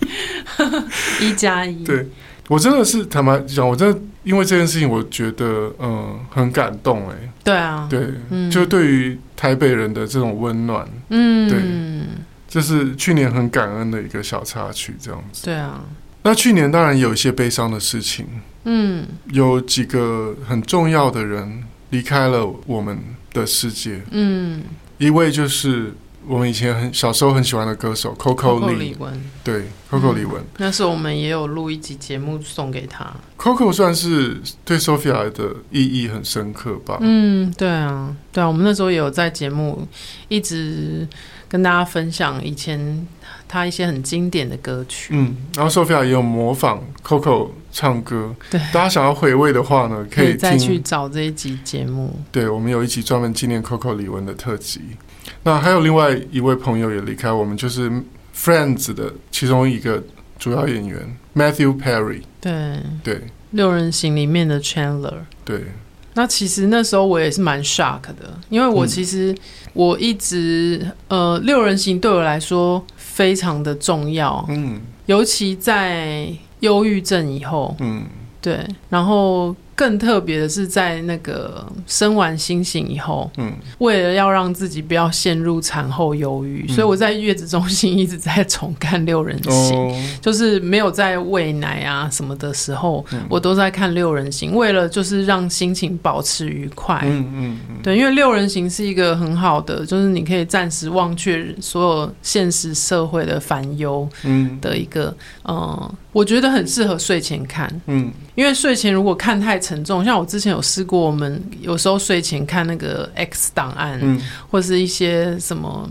S1: 一加一。
S2: 对我真的是坦白讲，我真的因为这件事情，我觉得嗯、呃很感动哎、
S1: 对啊，
S2: 对，
S1: 嗯
S2: 就对于台北人的这种温暖，
S1: 嗯，
S2: 这是去年很感恩的一个小插曲，这样子。
S1: 对啊，
S2: 那去年当然有一些悲伤的事情，
S1: 嗯
S2: 有几个很重要的人离开了我们的世界。
S1: 嗯，
S2: 一位就是我们以前很小时候很喜欢的歌手 Coco
S1: 扣
S2: 李
S1: 李，玟，
S2: 对 Coco
S1: 嗯
S2: 李玟。
S1: 那时候我们也有录一集节目送给他。
S2: Coco 算是对 Sophia 的意义很深刻吧？
S1: 嗯，对啊，对啊，我们那时候也有在节目一直跟大家分享以前他一些很经典的歌曲。
S2: 嗯，然后 Sophia 也有模仿 Coco 唱歌。
S1: 对
S2: 大家想要回味的话呢，可
S1: 可以
S2: 以
S1: 再
S2: 听
S1: 去找这一集节目，
S2: 对，我们有一集专门纪念 Coco 李玟的特辑。那还有另外一位朋友也离开我们，就是 Friends 的其中一个主要演员 Matthew Perry
S1: 对，
S2: 对。
S1: 六人行里面的 Chandler，
S2: 对
S1: 那其实那时候我也是蛮 shock 的，因为我
S2: 嗯
S1: 其实我一直呃六人行对我来说非常的重要，
S2: 嗯
S1: 尤其在忧郁症以后，
S2: 嗯
S1: 对，然后更特别的是在那个生完星星以后，
S2: 嗯
S1: 为了要让自己不要陷入产后忧郁，
S2: 嗯
S1: 所以我在月子中心一直在重看六人行。
S2: 哦，
S1: 就是没有在喂奶啊什么的时候，
S2: 嗯
S1: 我都在看六人行，为了就是让心情保持愉快。
S2: 嗯嗯嗯，
S1: 对，因为六人行是一个很好的，就是你可以暂时忘却所有现实社会的烦忧
S2: 嗯
S1: 的一个，嗯，我觉得很适合睡前看，
S2: 嗯
S1: 因为睡前如果看太沉重，像我之前有试过，我们有时候睡前看那个 X 档案，
S2: 嗯
S1: 或是一些什么。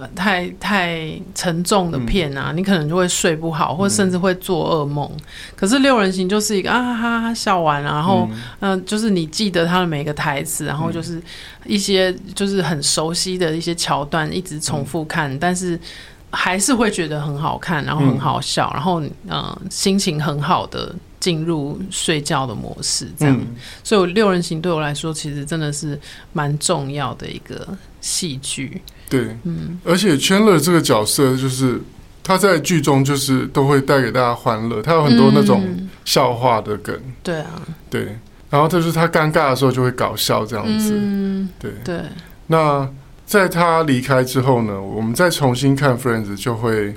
S1: 呃太太沉重的片啊，你可能就会睡不好，或甚至会做噩梦。可是六人行就是一个啊哈哈哈笑完啊，然后嗯、就是你记得他的每个台词，然后就是一些就是很熟悉的一些桥段，一直重复看，但是还是会觉得很好看，然后很好笑，然嗯后嗯、呃心情很好的进入睡觉的模式，这样。
S2: 嗯
S1: 所以我六人行对我来说，其实真的是蛮重要的一个戏剧。
S2: 对，
S1: 嗯，
S2: 而且 Chandler 这个角色就是他在剧中就是都会带给大家欢乐，他有很多那种
S1: 嗯
S2: 笑话的梗，
S1: 对啊，
S2: 对，然后就是他尴尬的时候就会搞笑这样子，
S1: 嗯，
S2: 对。
S1: 对，
S2: 那在他离开之后呢，我们再重新看 Friends 就会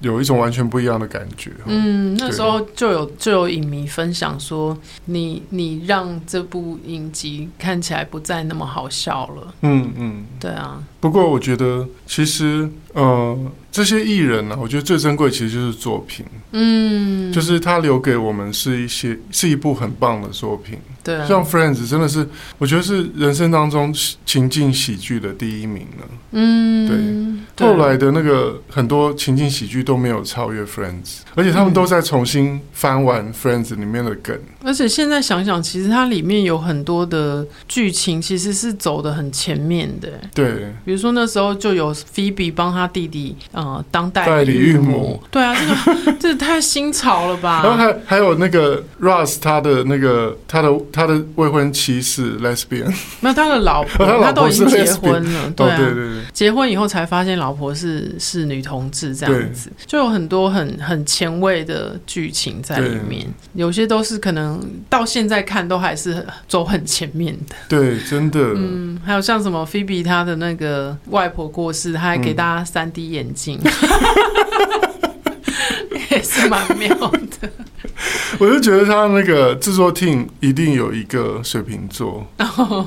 S2: 有一种完全不一样的感觉。
S1: 嗯，那时候就有就有影迷分享说，你你让这部影集看起来不再那么好笑了。
S2: 嗯嗯。
S1: 对啊，
S2: 不过我觉得其实呃，这些艺人呢、我觉得最珍贵其实就是作品，
S1: 嗯，
S2: 就是他留给我们是一些是一部很棒的作品。
S1: 对啊，
S2: 像 Friends 真的是，我觉得是人生当中情境喜剧的第一名呢。
S1: 嗯，对
S2: 后来的那个很多情境喜剧都没有超越 Friends，而且他
S1: 嗯
S2: 们都在重新翻完 Friends 里面的梗。
S1: 而且现在想想，其实它里面有很多的剧情其实是走的很前面的，
S2: 对，
S1: 比如说那时候就有菲比帮他弟弟呃当代
S2: 代理
S1: 孕
S2: 孕母，
S1: 对啊，这个这太新潮了吧？
S2: 然后还还有那个 Russ 他的那个他的他的未婚妻是 lesbian，
S1: 没有他的老婆，
S2: 他老婆
S1: 都已经
S2: 是
S1: 结
S2: lesbian
S1: 婚了，
S2: 哦
S1: 对啊，
S2: 对对对，
S1: 结婚以后才发现老婆是是女同志这样子，就有很多很很前卫的剧情在里面，有些都是可能到现在看都还是很走很前面的。
S2: 对，真的，
S1: 嗯，还有像什么菲比她的那个外婆过世，她还给
S2: 嗯
S1: 大家三 D 眼镜。也是蛮妙的，
S2: 我就觉得他那个制作 team 一定有一个水瓶座，
S1: 然后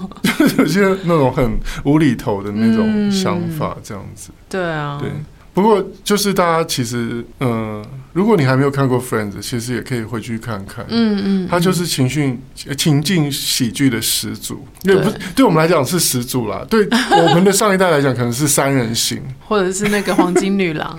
S2: 有些那种很无厘头的那种
S1: 嗯
S2: 想法，这样子。
S1: 对啊，
S2: 对，不过就是大家其实，嗯、如果你还没有看过 Friends，其实也可以回去看看。
S1: 嗯嗯，
S2: 它就是情绪呃情境喜剧的始祖，也不
S1: 对
S2: 对我们来讲是始祖啦， 对我们的上一代来讲可能是三人行，
S1: 或者是那个黄金女郎，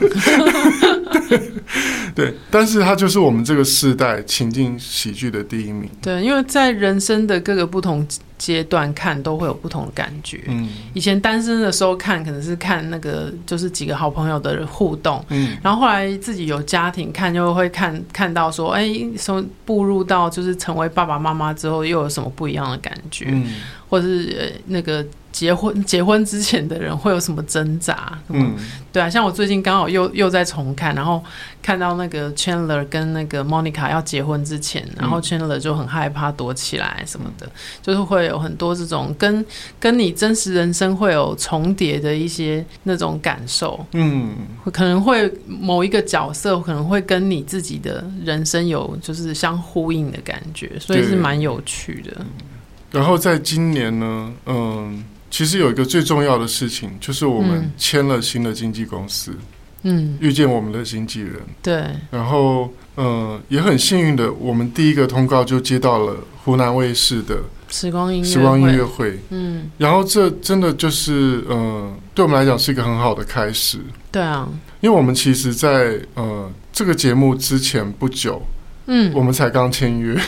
S2: 对，但是它就是我们这个世代情境喜剧的第一名。
S1: 对，因为在人生的各个不同阶段看，都会有不同的感觉。
S2: 嗯
S1: 以前单身的时候看，可能是看那个就是几个好朋友的互动，
S2: 嗯，
S1: 然后后来自己有家庭看，就会看看到说，哎，从步入到就是成为爸爸妈妈之后，又有什么不一样的感觉，
S2: 嗯
S1: 或者是、呃那个结婚结婚之前的人会有什么挣扎？嗯，
S2: 嗯，
S1: 对啊，像我最近刚好又又在重看，然后看到那个 Chandler 跟那个 Monica 要结婚之前，然后 Chandler 就很害怕躲起来什么的，就是会有很多这种跟跟你真实人生会有重叠的一些那种感受，
S2: 嗯，
S1: 会可能会某一个角色可能会跟你自己的人生有就是相呼应的感觉，所以
S2: 对
S1: 是蛮有趣的。
S2: 然后在今年呢，嗯，其实有一个最重要的事情，就是我们
S1: 嗯
S2: 签了新的经纪公司，
S1: 嗯，
S2: 遇见我们的经纪人，
S1: 对，
S2: 然后嗯，也很幸运的，我们第一个通告就接到了湖南卫视的
S1: 时光音乐会，
S2: 时光音乐会，
S1: 嗯，
S2: 然后这真的就是嗯，对我们来讲是一个很好的开始，
S1: 对啊，
S2: 因为我们其实在，呃这个节目之前不久，
S1: 嗯，
S2: 我们才刚签约。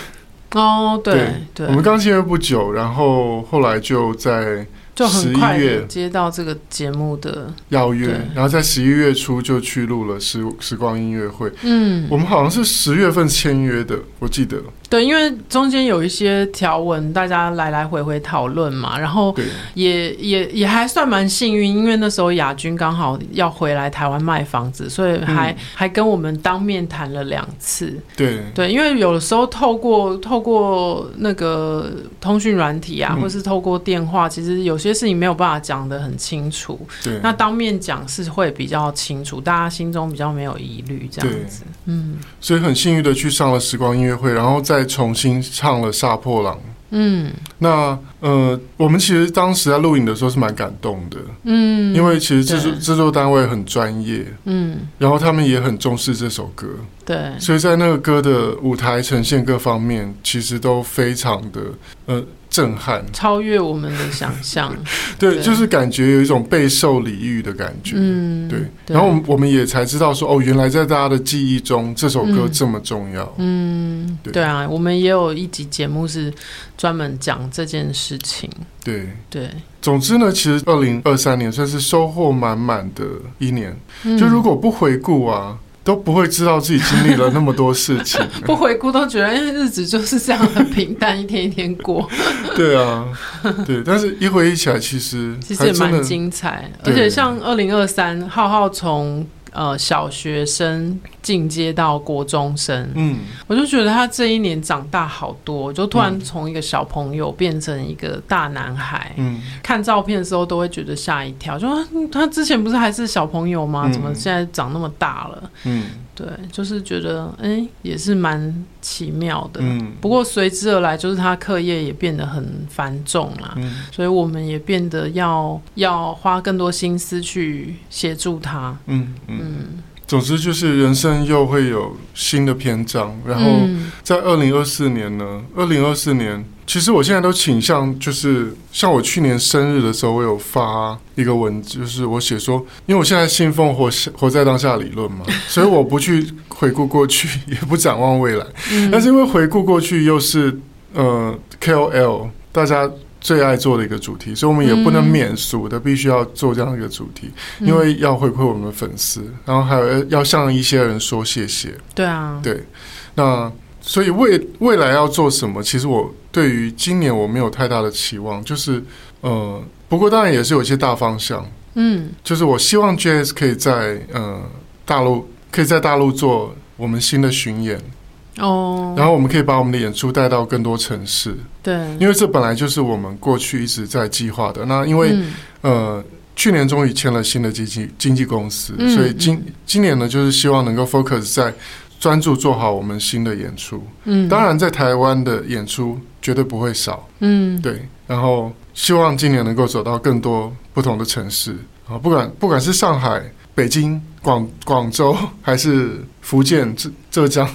S1: 哦，对对，
S2: 我们刚签约不久，然后后来就在
S1: 就很快地
S2: 11月
S1: 接到这个节目的，
S2: 邀约
S1: 对，
S2: 然后在十一月初就去录了时时光音乐会。
S1: 嗯
S2: 我，们好像是十月份签约的，我记得。
S1: 对，因为中间有一些条文，大家来来回回讨论嘛，然后
S2: 对，
S1: 也也也还算蛮幸运，因为那时候亚军刚好要回来台湾卖房子，所以还、
S2: 嗯
S1: 还跟我们当面谈了两次，
S2: 对，
S1: 对，因为有的时候透过透过那个通讯软体啊，
S2: 嗯
S1: 或是透过电话，其实有些事情没有办法讲得很清楚，
S2: 对。
S1: 那当面讲是会比较清楚，大家心中比较没有疑虑这样子。嗯
S2: 所以很幸运的去上了时光音乐会，然后再重新唱了《杀破狼》。
S1: 嗯
S2: 那呃，我们其实当时在录影的时候是蛮感动的，
S1: 嗯，
S2: 因为其实制作
S1: 对
S2: 制作单位很专业，
S1: 嗯
S2: 然后他们也很重视这首歌，
S1: 对
S2: 所以在那个歌的舞台呈现各方面，其实都非常的呃震撼。
S1: 超越我们的想象，
S2: 对，
S1: 对
S2: 就是感觉有一种备受礼遇的感 觉。
S1: 嗯
S2: 对，然后我们我们也才知道说，哦，原来在大家的记忆中，这首歌
S1: 嗯
S2: 这么重要。
S1: 嗯
S2: 对
S1: 对啊，我们也有一集节目是专门讲这件事情，
S2: 对，
S1: 对，
S2: 总之呢，其实二零二三年算是收获满满的一年。
S1: 嗯
S2: 就如果不回顾啊，都不会知道自己经历了那么多 事情。
S1: 嗯不回顾都觉得，哎，日子就是这样很平淡，一天一天 过，
S2: 对啊，对，但是一回忆起来，其实
S1: 其实
S2: 还
S1: 也
S2: 真
S1: 蛮
S2: 的
S1: 精彩。而
S2: 对
S1: 且像二零二三，浩浩从呃小学生进阶到国中生，
S2: 嗯，
S1: 我就觉得他这一年长大好多，就突然
S2: 嗯
S1: 从一个小朋友变成一个大男孩。
S2: 嗯，
S1: 看照片的时候都会觉得吓一跳，就说嗯他之前不是还是小朋友吗？
S2: 嗯
S1: 怎么现在长那么大了？
S2: 嗯，
S1: 对，就是觉得哎、也是蛮奇妙的。
S2: 嗯，
S1: 不过随之而来就是他课业也变得很繁重啦，
S2: 嗯，
S1: 所以我们也变得要要花更多心思去协助他。
S2: 嗯，嗯，
S1: 嗯，
S2: 总之就是人生又会有新的篇章，然后。
S1: 嗯
S2: 在二零二四年呢，二零二四年，其实我现在都倾向就是，像我去年生日的时候，我有发一个文，就是我写说，因为我现在信奉活活在当下理论嘛，所以我不去回顾过去，也不展望未来，
S1: 嗯
S2: 但是因为回顾过去又是呃 KOL 大家。最爱做的一个主题，所以我们也不能
S1: 嗯
S2: 免俗的，必须要做这样一个主题，因为要回馈我们的粉丝，然后还有要要向一些人说谢谢。
S1: 嗯对啊，
S2: 对那所以未未来要做什么，其实我对于今年我没有太大的期望，就是呃，不过当然也是有一些大方向，
S1: 嗯
S2: 就是我希望 JS 可以在呃大陆可以在大陆做我们新的巡演，
S1: 哦，
S2: 然后我们可以把我们的演出带到更多城市，
S1: 对，
S2: 因为这本来就是我们过去一直在计划的。那因为、
S1: 嗯
S2: 呃。去年终于签了新的经纪经纪公司，
S1: 嗯
S2: 所以今
S1: 嗯
S2: 今年呢，就是希望能够 focus 在专注做好我们新的演出。
S1: 嗯
S2: 当然，在台湾的演出绝对不会少，
S1: 嗯
S2: 对。然后希望今年能够走到更多不同的城市啊，不管不管是上海、北京、广广州， 还是福建、浙 浙江，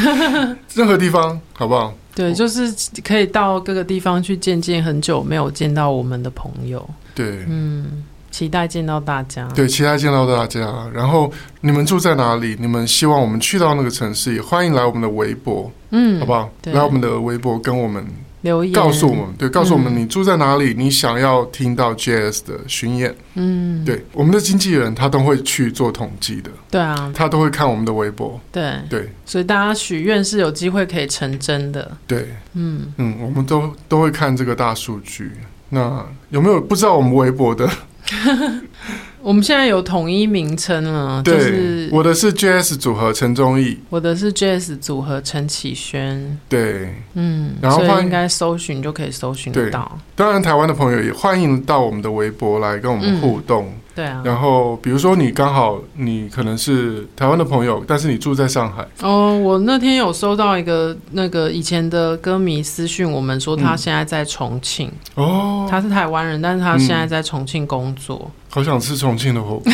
S2: 任何地方，好不好？
S1: 对，就是可以到各个地方去见见很久没有见到我们的朋友，
S2: 对
S1: 嗯，期待见到大家。
S2: 对，期待见到大家。然后你们住在哪里？你们希望我们去到那个城市，也欢迎来我们的微博，
S1: 嗯，
S2: 好不好？
S1: 对
S2: 来我们的微博跟我们
S1: 留言
S2: 告诉我们，对，告诉我们
S1: 嗯
S2: 你住在哪里，你想要听到 JS 的巡演。
S1: 嗯，
S2: 对，我们的经纪人他都会去做统计的，
S1: 对啊，
S2: 他都会看我们的微博。
S1: 对
S2: 对，
S1: 所以大家许愿是有机会可以成真的。
S2: 对，
S1: 嗯，
S2: 嗯，我们都都会看这个大数据。那有没有不知道我们微博的？
S1: 我们现在有统一名称了，就
S2: 对，
S1: 是
S2: 我的是 JS 组合陈忠义，
S1: 我的是 Jazz 组合陈启轩，
S2: 对，
S1: 嗯，
S2: 然后
S1: 所
S2: 换
S1: 以应该搜寻就可以搜寻
S2: 对
S1: 到。
S2: 当然台湾的朋友也欢迎到我们的微博来跟我们
S1: 嗯
S2: 互动。
S1: 对啊，
S2: 然后比如说你刚好你可能是台湾的朋友，但是你住在上海，
S1: 哦，我那天有收到一个那个以前的歌迷私讯，我们说他
S2: 嗯
S1: 现在在重庆，
S2: 哦，
S1: 他是台湾人，但是他
S2: 嗯
S1: 现在在重庆工作。
S2: 好想吃重庆的火 锅。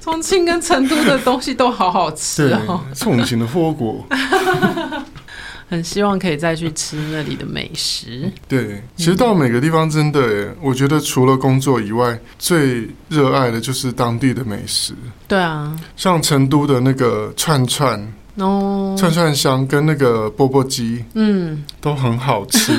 S1: 重庆跟成都的东西都好好吃
S2: 对
S1: 哦，，
S2: 重庆的火锅。
S1: 很希望可以再去吃那里的美食。
S2: 对，其实到每个地方真的耶，我觉得除了工作以外，最热爱的就是当地的美食。
S1: 对啊，
S2: 像成都的那个串串、
S1: 然后
S2: 串串香跟那个钵钵鸡
S1: 嗯，
S2: 都很好吃，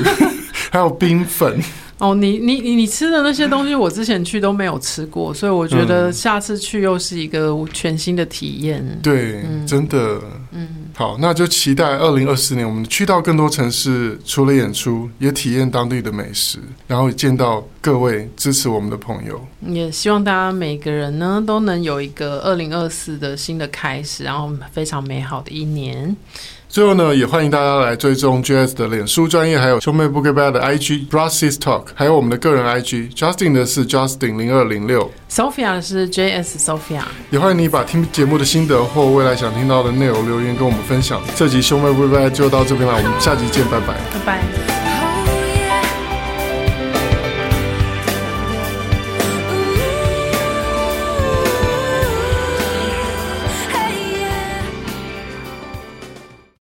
S2: 还有冰粉。
S1: 哦，你你你你吃的那些东西，我之前去都没有吃过，所以我觉得
S2: 嗯
S1: 下次去又是一个全新的体验。
S2: 对，
S1: 嗯
S2: 真的
S1: 嗯，
S2: 好，那就期待二零二四年我们去到更多城市，除了演出，也体验当地的美食，然后也见到各位支持我们的朋友。
S1: 也希望大家每个人呢都能有一个二零二四的新的开始，然后非常美好的一年。
S2: 最后呢，也欢迎大家来追踪 JS 的脸书专业，还有兄妹不 g 拜的 IG Brassis Talk，还有我们的个人 IG Justin 的是 Justin 零二零六。
S1: Sophia 是 JS Sophia，
S2: 也欢迎你把听节目的心得或未来想听到的内容留言跟我们分享。这集兄妹不 g 拜就到这边了，我们下集见，拜拜。
S1: 拜拜。